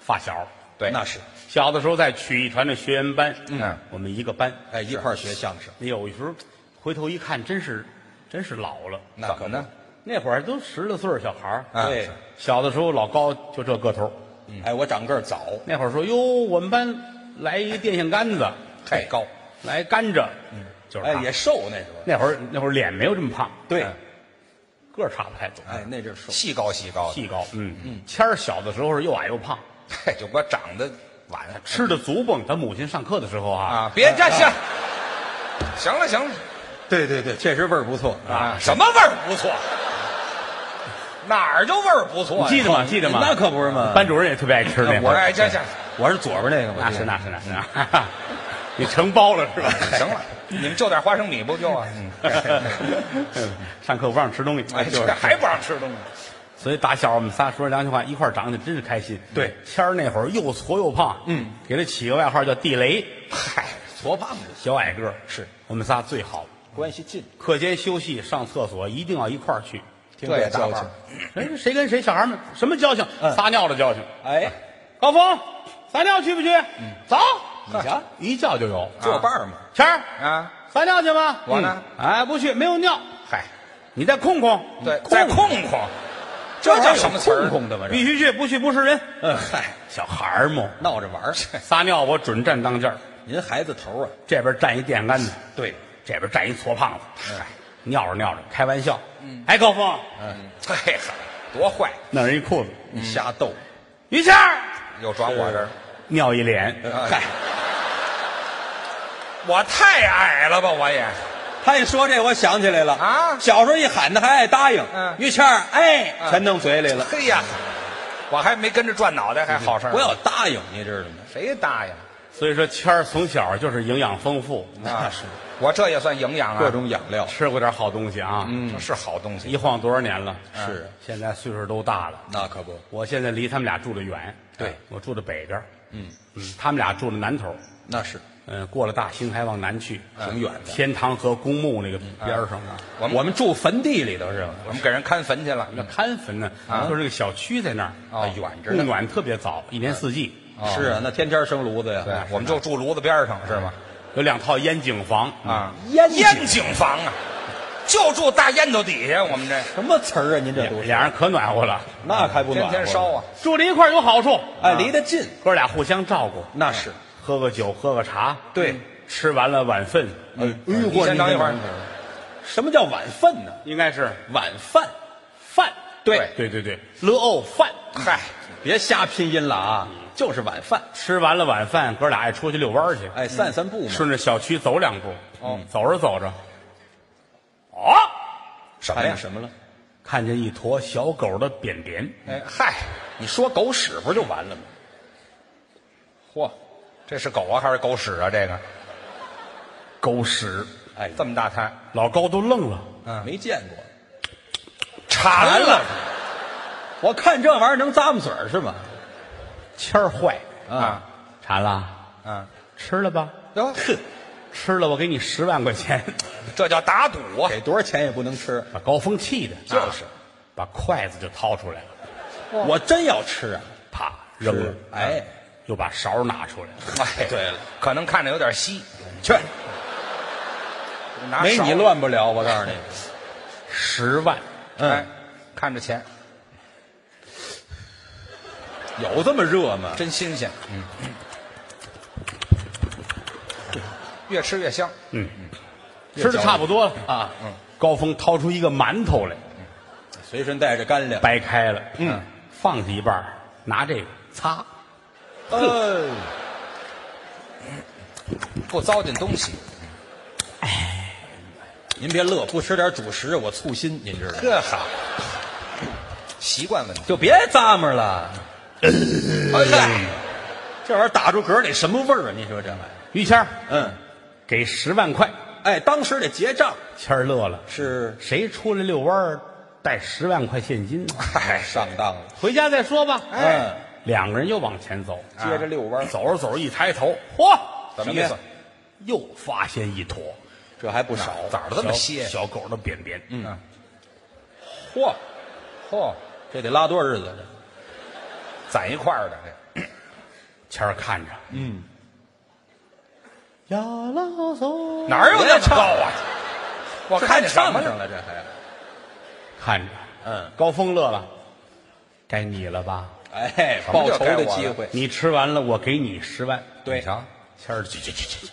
Speaker 1: 发小，
Speaker 2: 对，
Speaker 4: 哎那是，
Speaker 1: 小的时候在曲艺团的学员班，
Speaker 2: 嗯，
Speaker 1: 我们一个班。
Speaker 4: 哎，一块儿学相声，
Speaker 1: 有时候回头一看，真是真是老了。
Speaker 4: 那可呢？
Speaker 1: 那会儿都十来岁儿小孩儿，
Speaker 2: 啊
Speaker 4: 对
Speaker 2: 是，
Speaker 1: 小的时候老高就这个头儿。
Speaker 2: 嗯
Speaker 4: 哎，我长个儿早，
Speaker 1: 那会儿说哟，我们班来一电线杆子，
Speaker 4: 太高，
Speaker 2: 啊
Speaker 1: 来甘蔗，就是
Speaker 4: 哎
Speaker 1: 他，
Speaker 4: 也瘦那时候，
Speaker 1: 那会儿那会儿脸没有这么胖，啊
Speaker 4: 对，
Speaker 1: 个儿差不太多，
Speaker 4: 哎，那阵儿瘦，
Speaker 2: 细高细高的，
Speaker 1: 细高。嗯嗯，谦儿小的时候是又矮又胖，
Speaker 2: 嘿，就我长得晚
Speaker 1: 吃的足蹦。他母亲上课的时候啊，
Speaker 2: 啊，别这行，行了行了
Speaker 4: 对对对，确实味儿不错
Speaker 2: 啊，什么味儿不错？哪儿就味儿不
Speaker 1: 你
Speaker 2: 错
Speaker 1: 记
Speaker 2: 呀？
Speaker 1: 得吗？记得吗？
Speaker 4: 啊那可不是嘛
Speaker 1: 班主任也特别爱吃那会
Speaker 2: 我
Speaker 1: 儿，
Speaker 2: 哎，这这
Speaker 4: 我是左边那个吧？
Speaker 1: 那是那是那是那是，你承包了是吧？
Speaker 2: 行了，你们就点花生米不就啊？嗯
Speaker 1: 上课不让吃东西，
Speaker 2: 哎，
Speaker 1: 就是
Speaker 2: 这还不让吃东西，
Speaker 1: 所以打小我们仨说良心话，一块儿长得真是开心。
Speaker 4: 对，
Speaker 1: 谦儿那会儿又矬又胖，嗯，给他起个外号叫地雷，
Speaker 4: 嗨，矬胖子
Speaker 1: 小矮个儿
Speaker 4: 是
Speaker 1: 我们仨最好。
Speaker 4: 关系近，
Speaker 1: 课间休息上厕所一定要一块儿去，
Speaker 4: 挺
Speaker 2: 这
Speaker 4: 有
Speaker 2: 也搭
Speaker 4: 交
Speaker 2: 伴
Speaker 4: 情
Speaker 2: 儿，
Speaker 1: 谁谁跟谁小孩们什么交情？
Speaker 4: 嗯
Speaker 1: 撒尿的交情。
Speaker 4: 哎，
Speaker 1: 高峰，撒尿去不去？走，
Speaker 4: 你瞧
Speaker 1: 一叫就有。
Speaker 4: 作伴儿嘛，
Speaker 1: 谦儿，
Speaker 2: 啊，
Speaker 1: 撒尿去吗？
Speaker 2: 我呢
Speaker 1: 嗯？哎，不去，没有尿。
Speaker 2: 嗨，
Speaker 1: 你再空空，
Speaker 2: 对，
Speaker 1: 空
Speaker 2: 再空空，这叫什么词儿？
Speaker 4: 空空的嘛，
Speaker 1: 必须去，不去不是人。
Speaker 4: 嗯，嗨，
Speaker 1: 小孩儿嘛，
Speaker 4: 闹着玩儿，
Speaker 1: 撒尿我准站当间儿，
Speaker 4: 您孩子头啊，
Speaker 1: 这边站一电线杆子，
Speaker 4: 对，
Speaker 1: 这边站一矬胖子，哎，尿着尿着开玩笑，
Speaker 4: 嗯
Speaker 1: 哎，高峰，
Speaker 2: 嗯嘿，嗨多坏，
Speaker 1: 弄人一裤子，
Speaker 4: 瞎逗，
Speaker 1: 于谦儿
Speaker 2: 又转我这儿，
Speaker 1: 尿一脸，
Speaker 4: 嗨，
Speaker 2: 我太矮了吧，我也
Speaker 4: 他一说这，我想起来了
Speaker 2: 啊
Speaker 4: 小时候一喊他还爱答应，
Speaker 2: 嗯
Speaker 4: 于谦儿，哎，
Speaker 2: 嗯
Speaker 4: 全弄嘴里了。
Speaker 2: 嘿呀，我还没跟着转脑袋，还好事儿。
Speaker 4: 不要答应，你知道吗？
Speaker 2: 谁答应
Speaker 1: 所以说谦儿从小就是营养丰富，哎
Speaker 2: 啊？是我这也算营养啊，嗯
Speaker 4: 各种养料
Speaker 1: 吃过点好东西啊，
Speaker 4: 嗯
Speaker 2: 这是好东西
Speaker 1: 一。晃多少年了，
Speaker 4: 是，
Speaker 1: 现在岁数都大了，
Speaker 4: 哎那可不，
Speaker 1: 我现在离他们俩住的远，
Speaker 4: 对
Speaker 1: 哎我住的北边，嗯嗯，他们俩住的南头，
Speaker 4: 那是
Speaker 1: 嗯，过了大兴还往南去，
Speaker 4: 挺远的。嗯
Speaker 1: 天堂河公墓那个边儿上啊。
Speaker 2: 我们
Speaker 4: 我们住坟地里头是吧？
Speaker 2: 我们给人看坟去了，
Speaker 1: 那看坟呢，
Speaker 4: 啊
Speaker 1: 就是那个小区在那儿，
Speaker 2: 哦
Speaker 1: 哎呦
Speaker 2: 远着呢
Speaker 1: 供暖特别早，一年四季哦
Speaker 4: 是啊，那天天生炉子
Speaker 2: 哦对
Speaker 4: 呀，，
Speaker 2: 我们就住炉子边上是吗？
Speaker 1: 有两套烟景房，
Speaker 4: 嗯
Speaker 1: 嗯
Speaker 2: 啊，
Speaker 4: 烟井
Speaker 2: 烟井房啊，就住大烟斗底下，我们这
Speaker 4: 什么词儿啊？您这都是
Speaker 1: 俩人可暖和了，
Speaker 4: 那还不
Speaker 2: 天
Speaker 4: 暖和
Speaker 2: 天烧啊，
Speaker 1: 住在一块儿有好处，啊
Speaker 4: 哎，离得近，
Speaker 1: 哥俩互相照顾，嗯
Speaker 4: 那是
Speaker 1: 喝个酒，喝个茶，
Speaker 4: 对
Speaker 1: 嗯，吃完了晚饭，
Speaker 4: 嗯，哎
Speaker 2: 你先等一会儿。
Speaker 4: 什么叫晚饭呢？
Speaker 1: 应该是
Speaker 4: 晚饭，
Speaker 1: 饭，
Speaker 4: 对，
Speaker 1: 对对对，了哦饭，
Speaker 2: 嗨，
Speaker 4: 别瞎拼音了啊，
Speaker 2: 嗯
Speaker 4: 就是晚饭。
Speaker 1: 吃完了晚饭，哥俩爱出去遛弯儿去，嗯
Speaker 4: 哎，散散步嘛。
Speaker 1: 顺着小区走两步，嗯
Speaker 4: 哦
Speaker 1: 走着走着，啊，
Speaker 2: 什么
Speaker 4: 看
Speaker 2: 哎呀
Speaker 4: 见？什么了？
Speaker 1: 看见一坨小狗的便便，
Speaker 2: 哎，嗨，
Speaker 4: 你说狗屎不就完了吗？
Speaker 2: 嚯，这是狗啊还是狗屎啊？这个
Speaker 1: 狗屎，
Speaker 4: 哎，
Speaker 2: 这么大滩，
Speaker 1: 老高都愣了。
Speaker 4: 么没见过。
Speaker 2: 馋嗯了，
Speaker 4: 我看这玩意儿能咂巴嘴儿是吗？
Speaker 1: 谦儿坏，
Speaker 2: 啊，
Speaker 1: 馋了，
Speaker 4: 嗯
Speaker 2: 啊，
Speaker 1: 吃了吧，
Speaker 2: 哟，
Speaker 1: 吃了我给你十万块钱，
Speaker 2: 这叫打赌啊！
Speaker 4: 给多少钱也不能吃。
Speaker 1: 把高峰气的，
Speaker 4: 就是
Speaker 1: 啊把筷子就掏出来了，
Speaker 4: 我真要吃啊！
Speaker 1: 啪扔了，
Speaker 4: 哎，
Speaker 1: 又把勺拿出来了，
Speaker 2: 哎，啊
Speaker 4: 对了，
Speaker 2: 可能看着有点稀，
Speaker 4: 哎去，
Speaker 2: 拿
Speaker 4: 没
Speaker 2: 勺
Speaker 4: 你乱不了。我告诉你，
Speaker 1: 十万，
Speaker 2: 哎，看着钱
Speaker 4: 有这么热吗？
Speaker 2: 真新鲜，嗯，越吃越香，
Speaker 1: 吃的差不多了
Speaker 4: 啊，
Speaker 1: 高峰掏出一个馒头来，
Speaker 4: 随身带着干粮。
Speaker 1: 掰开了，
Speaker 2: 啊
Speaker 1: 嗯，放下一半儿，拿这个擦，
Speaker 4: 呃，
Speaker 2: 不糟践东西。
Speaker 4: 您别乐，不吃点主食我醋心，您知道吗？
Speaker 2: 这好，习惯问题。
Speaker 4: 就别咂摸了，
Speaker 2: 哎呀，
Speaker 4: 这玩意儿打出嗝得什么味儿啊？您说这玩意儿？
Speaker 1: 于谦儿
Speaker 4: 嗯，
Speaker 1: 给十万块，
Speaker 4: 哎，当时得结账，
Speaker 1: 谦儿乐了，
Speaker 4: 是
Speaker 1: 谁出来遛弯儿带十万块现金？
Speaker 2: 哎
Speaker 4: 嗨上当了。
Speaker 1: 回家再说吧。
Speaker 4: 哎，
Speaker 1: 两个人又往前走，
Speaker 2: 接着遛弯儿
Speaker 1: 啊走着走着一抬头，嚯，
Speaker 4: 怎么
Speaker 1: 什呀
Speaker 4: 意思？
Speaker 1: 又发现一坨，
Speaker 4: 这还不少，
Speaker 2: 咋这么些
Speaker 1: 小小狗的便便。嗯，
Speaker 4: 嚯，嚯，这得拉多少日子？
Speaker 2: 攒一块儿的这
Speaker 1: 谦儿看着，嗯，呀啦嗦，
Speaker 2: 哪儿有那么高啊？我
Speaker 4: 这
Speaker 2: 看见
Speaker 4: 还
Speaker 2: 什
Speaker 4: 唱
Speaker 2: 么
Speaker 4: 上
Speaker 2: 了？
Speaker 4: 了？这还？
Speaker 1: 看着，
Speaker 4: 嗯，
Speaker 1: 高峰乐了，该你了吧？
Speaker 4: 哎，
Speaker 2: 么
Speaker 4: 报
Speaker 2: 叫
Speaker 4: 仇
Speaker 2: 该
Speaker 4: 的
Speaker 2: 我
Speaker 4: 机
Speaker 2: 了
Speaker 4: 会，
Speaker 1: 你吃完了，我给你十万。
Speaker 2: 对，瞧，
Speaker 1: 谦儿，去去去去去，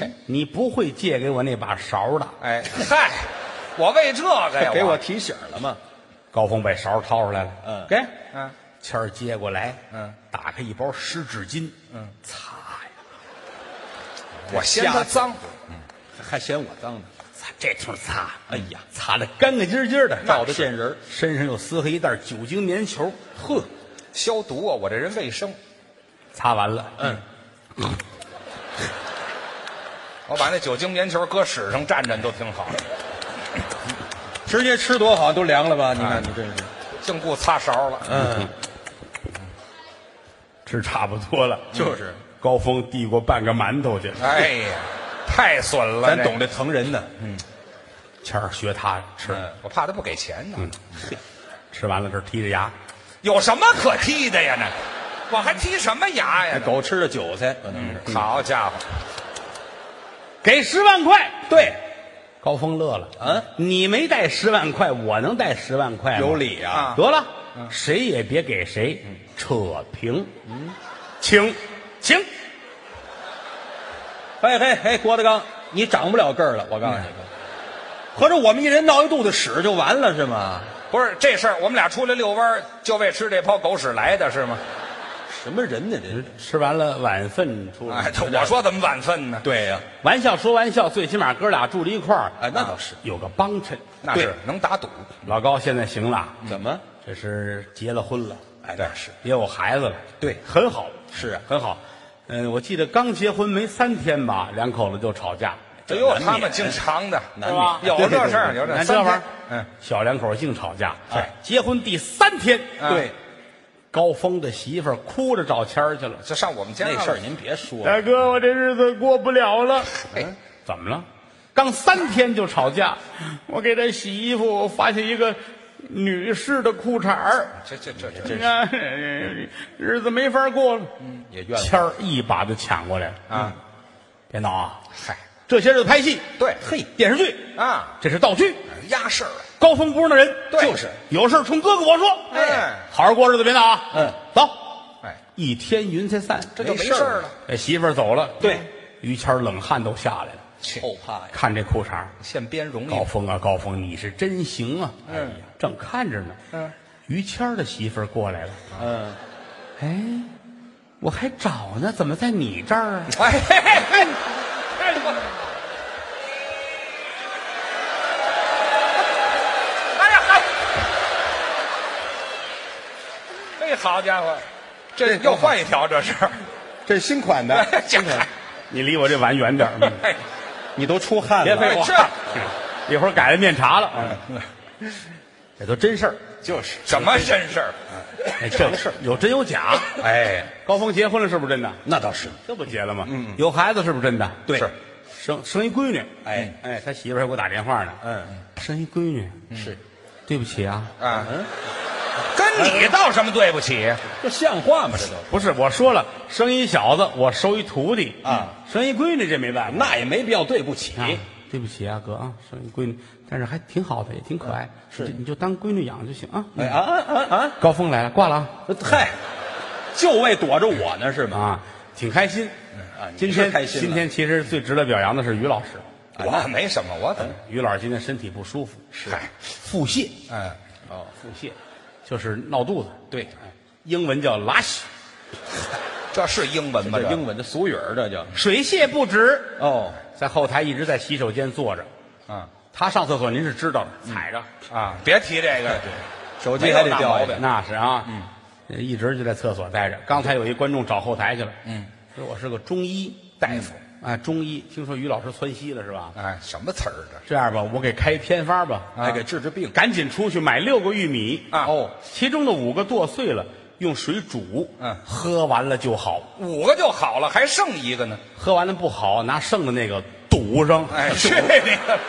Speaker 2: 这
Speaker 1: 你不会借给我那把勺的。
Speaker 2: 哎 嗨，我为这个呀，
Speaker 4: 给我提醒了吗？
Speaker 1: 高峰把勺掏出来了，
Speaker 4: 嗯
Speaker 1: 给，
Speaker 2: 嗯，
Speaker 1: 谦儿接过来，
Speaker 2: 嗯，
Speaker 1: 打开一包湿纸巾，嗯，擦呀，
Speaker 2: 我嫌它脏，
Speaker 4: 还嫌我脏呢？
Speaker 1: 擦这通擦，
Speaker 4: 哎呀，
Speaker 1: 擦的干干净净的，
Speaker 4: 照着见人儿，
Speaker 1: 身上又撕开一袋酒精棉球，呵，
Speaker 2: 消毒啊！我这人卫生，
Speaker 1: 擦完了，嗯，
Speaker 2: 我把那酒精棉球搁屎上蘸蘸都挺好，
Speaker 4: 直接吃多好，都凉了吧？你
Speaker 2: 哎
Speaker 4: 看你这是，
Speaker 2: 净顾擦勺了。
Speaker 4: 嗯，
Speaker 1: 吃差不多了，
Speaker 4: 就是
Speaker 1: 高峰递过半个馒头去，
Speaker 2: 哎呀，太损了！
Speaker 4: 咱
Speaker 2: 这
Speaker 4: 懂得疼人呢。
Speaker 1: 谦儿学他吃，
Speaker 2: 嗯，我怕他不给钱
Speaker 1: 嗯
Speaker 2: 呢。
Speaker 1: 吃完了这儿剔着牙，
Speaker 2: 有什么可踢的呀？那我还踢什么牙呀
Speaker 4: 那？狗吃了韭菜，可能是。
Speaker 2: 好家伙，
Speaker 1: 给十万块，
Speaker 4: 对，
Speaker 1: 高峰乐了，
Speaker 4: 嗯，
Speaker 1: 你没带十万块，我能带十万块吗？
Speaker 4: 有理啊。
Speaker 1: 得了，谁也别给谁，扯平。请，请，
Speaker 4: 嘿嘿嘿，郭德纲，你长不了个儿了，我告诉你。合着我们一人闹一肚子屎就完了是吗？
Speaker 2: 不是这事儿，我们俩出来遛弯儿就为吃这泡狗屎来的是吗？
Speaker 4: 什么人呢？这是
Speaker 1: 吃完了晚饭出来
Speaker 2: 哎，。我说怎么晚分呢？
Speaker 4: 嗯对呀、
Speaker 1: 玩笑说玩笑，最起码哥俩住在一块儿，
Speaker 4: 哎那倒是
Speaker 1: 有个帮衬。
Speaker 2: 那
Speaker 4: 对
Speaker 2: 是能打赌，嗯
Speaker 1: 老高现在行了，
Speaker 4: 怎么？
Speaker 1: 这是结了婚了，
Speaker 4: 哎，那是
Speaker 1: 也有孩子了，
Speaker 4: 对
Speaker 1: 很好，
Speaker 4: 是啊
Speaker 1: 很好。嗯，我记得刚结婚没三天吧，两口子就吵架，
Speaker 2: 哎
Speaker 4: 这
Speaker 2: 呦，
Speaker 4: 难免
Speaker 2: 他们经常的，
Speaker 4: 难
Speaker 1: 是吧
Speaker 4: 免
Speaker 2: 有这事儿，
Speaker 4: 对
Speaker 2: 有这
Speaker 1: 咱这玩意儿
Speaker 2: 三天，，嗯，，哎
Speaker 1: 小两口净吵架。
Speaker 4: 是
Speaker 1: 结婚第三天，哎
Speaker 2: 啊
Speaker 4: 对
Speaker 1: 高峰的媳妇儿哭着找谦儿去了。
Speaker 2: 就上我们家
Speaker 4: 那事儿
Speaker 2: 了
Speaker 4: 您别说了，
Speaker 1: 大哥，我这日子过不了了。
Speaker 2: 哎
Speaker 1: 怎么了？刚三天就吵架，我给他洗衣服，我发现一个女士的裤衩儿，
Speaker 2: 这这这 这
Speaker 1: 你看日子没法过了。
Speaker 4: 也怨
Speaker 1: 谦儿一把就抢过来了，嗯
Speaker 2: 啊，
Speaker 1: 别闹啊！
Speaker 2: 嗨，
Speaker 1: 这些日子拍戏，
Speaker 2: 对，
Speaker 1: 嘿，电视剧，
Speaker 2: 啊，
Speaker 1: 这是道具。
Speaker 2: 压事儿啊，
Speaker 1: 高峰不是那人，
Speaker 2: 对
Speaker 1: 就是有事儿冲哥哥我说，
Speaker 2: 哎
Speaker 1: 好好过日子，别闹啊。
Speaker 4: 嗯，
Speaker 1: 走，
Speaker 2: 哎，
Speaker 1: 一天云彩散，
Speaker 2: 这就没
Speaker 4: 没
Speaker 2: 事
Speaker 4: 事儿
Speaker 2: 儿
Speaker 4: 了
Speaker 2: 了。
Speaker 1: 这媳妇儿走了，
Speaker 4: 对，
Speaker 1: 于谦儿冷汗都下来了，
Speaker 4: 后怕呀。
Speaker 1: 看这裤衩儿，
Speaker 2: 现编容
Speaker 1: 高
Speaker 2: 易，
Speaker 1: 峰啊，高峰，你是真行啊！哎呀，正看着呢。嗯，于谦儿的媳妇儿过来了。
Speaker 4: 嗯，
Speaker 1: 哎，我还找呢，怎么在你这儿啊？
Speaker 2: 哎嘿嘿嘿，哎呀，哎哎，好家伙，这又换一条，这是，
Speaker 4: 这是新款的
Speaker 2: 哎这
Speaker 1: 你离我这碗远点儿，嗯
Speaker 2: 哎
Speaker 4: 你都出汗
Speaker 1: 别
Speaker 4: 了，
Speaker 1: 废
Speaker 2: 哎
Speaker 1: 话。 一会儿改了面茶了。嗯，这都真事儿，
Speaker 4: 就是
Speaker 2: 什么真事儿？
Speaker 1: 哎这事儿有真有假。
Speaker 2: 哎，
Speaker 1: 高峰结婚了是不是真的？
Speaker 4: 那倒是，
Speaker 1: 这不结了吗？嗯，有孩子是不是真的？
Speaker 4: 对
Speaker 1: 是生生一闺女。
Speaker 4: 哎
Speaker 1: 哎，他媳妇儿还给我打电话呢。
Speaker 4: 嗯，
Speaker 1: 生一闺女，
Speaker 4: 是，
Speaker 1: 嗯对不起啊。
Speaker 2: 啊
Speaker 4: 嗯，
Speaker 2: 跟你道什么对不起？
Speaker 4: 这像话吗？这都
Speaker 1: 不是，我说了，生一小子，我收一徒弟嗯
Speaker 4: 啊，
Speaker 1: 生一闺女这没办法。
Speaker 4: 那也没必要对不起。
Speaker 1: 啊对不起啊，哥啊，生一闺女，但是还挺好的，也挺可爱，
Speaker 4: 啊是
Speaker 1: 你就你就当闺女养就行啊。
Speaker 4: 哎啊啊啊啊！
Speaker 1: 高峰来了，挂了啊
Speaker 4: 嗨，就为躲着我呢是吗？
Speaker 1: 啊，挺开心。
Speaker 4: 啊，你
Speaker 1: 今
Speaker 4: 是
Speaker 1: 天
Speaker 4: 开心了
Speaker 1: 今天其实最值得表扬的是于老师，啊
Speaker 4: 哎
Speaker 2: 我
Speaker 1: 那
Speaker 2: 没什么，我怎么？
Speaker 4: 嗯
Speaker 1: 于老师今天身体不舒服，
Speaker 2: 嗨，
Speaker 1: 腹泻
Speaker 2: 哎，
Speaker 1: 哦，腹泻就是闹肚子，
Speaker 2: 对，
Speaker 1: 哎英文叫拉稀，
Speaker 2: 这是啊英文吗？
Speaker 4: 这英
Speaker 2: 文
Speaker 4: 文的俗语儿，这就
Speaker 1: 水泄不止，
Speaker 4: 哦，
Speaker 1: 在后台一直在洗手间坐着。
Speaker 2: 啊
Speaker 1: 他上厕所您是知道
Speaker 4: 嗯
Speaker 1: 的，踩着，
Speaker 2: 啊！别提这个，
Speaker 4: 手机还得掉
Speaker 2: 没有大毛
Speaker 4: 下去
Speaker 2: 病。
Speaker 1: 那是啊，嗯，一直就在厕所待着。刚才有一观众找后台去了，嗯，说我是个中医大夫，
Speaker 2: 嗯
Speaker 1: 哎，中医，听说于老师窜稀了是吧？
Speaker 2: 哎，什么词儿这？
Speaker 1: 这样吧，我给开偏方吧，
Speaker 4: 哎，给治治病
Speaker 1: 赶紧出去买六个玉米
Speaker 2: 啊
Speaker 1: 哦，其中的五个剁碎了，用水煮，
Speaker 2: 嗯
Speaker 1: 喝完了就好，
Speaker 2: 五个就好了，还剩一个呢。 哎
Speaker 1: 喝完了不好，拿剩的那个堵上，
Speaker 2: 哎，去你的吧！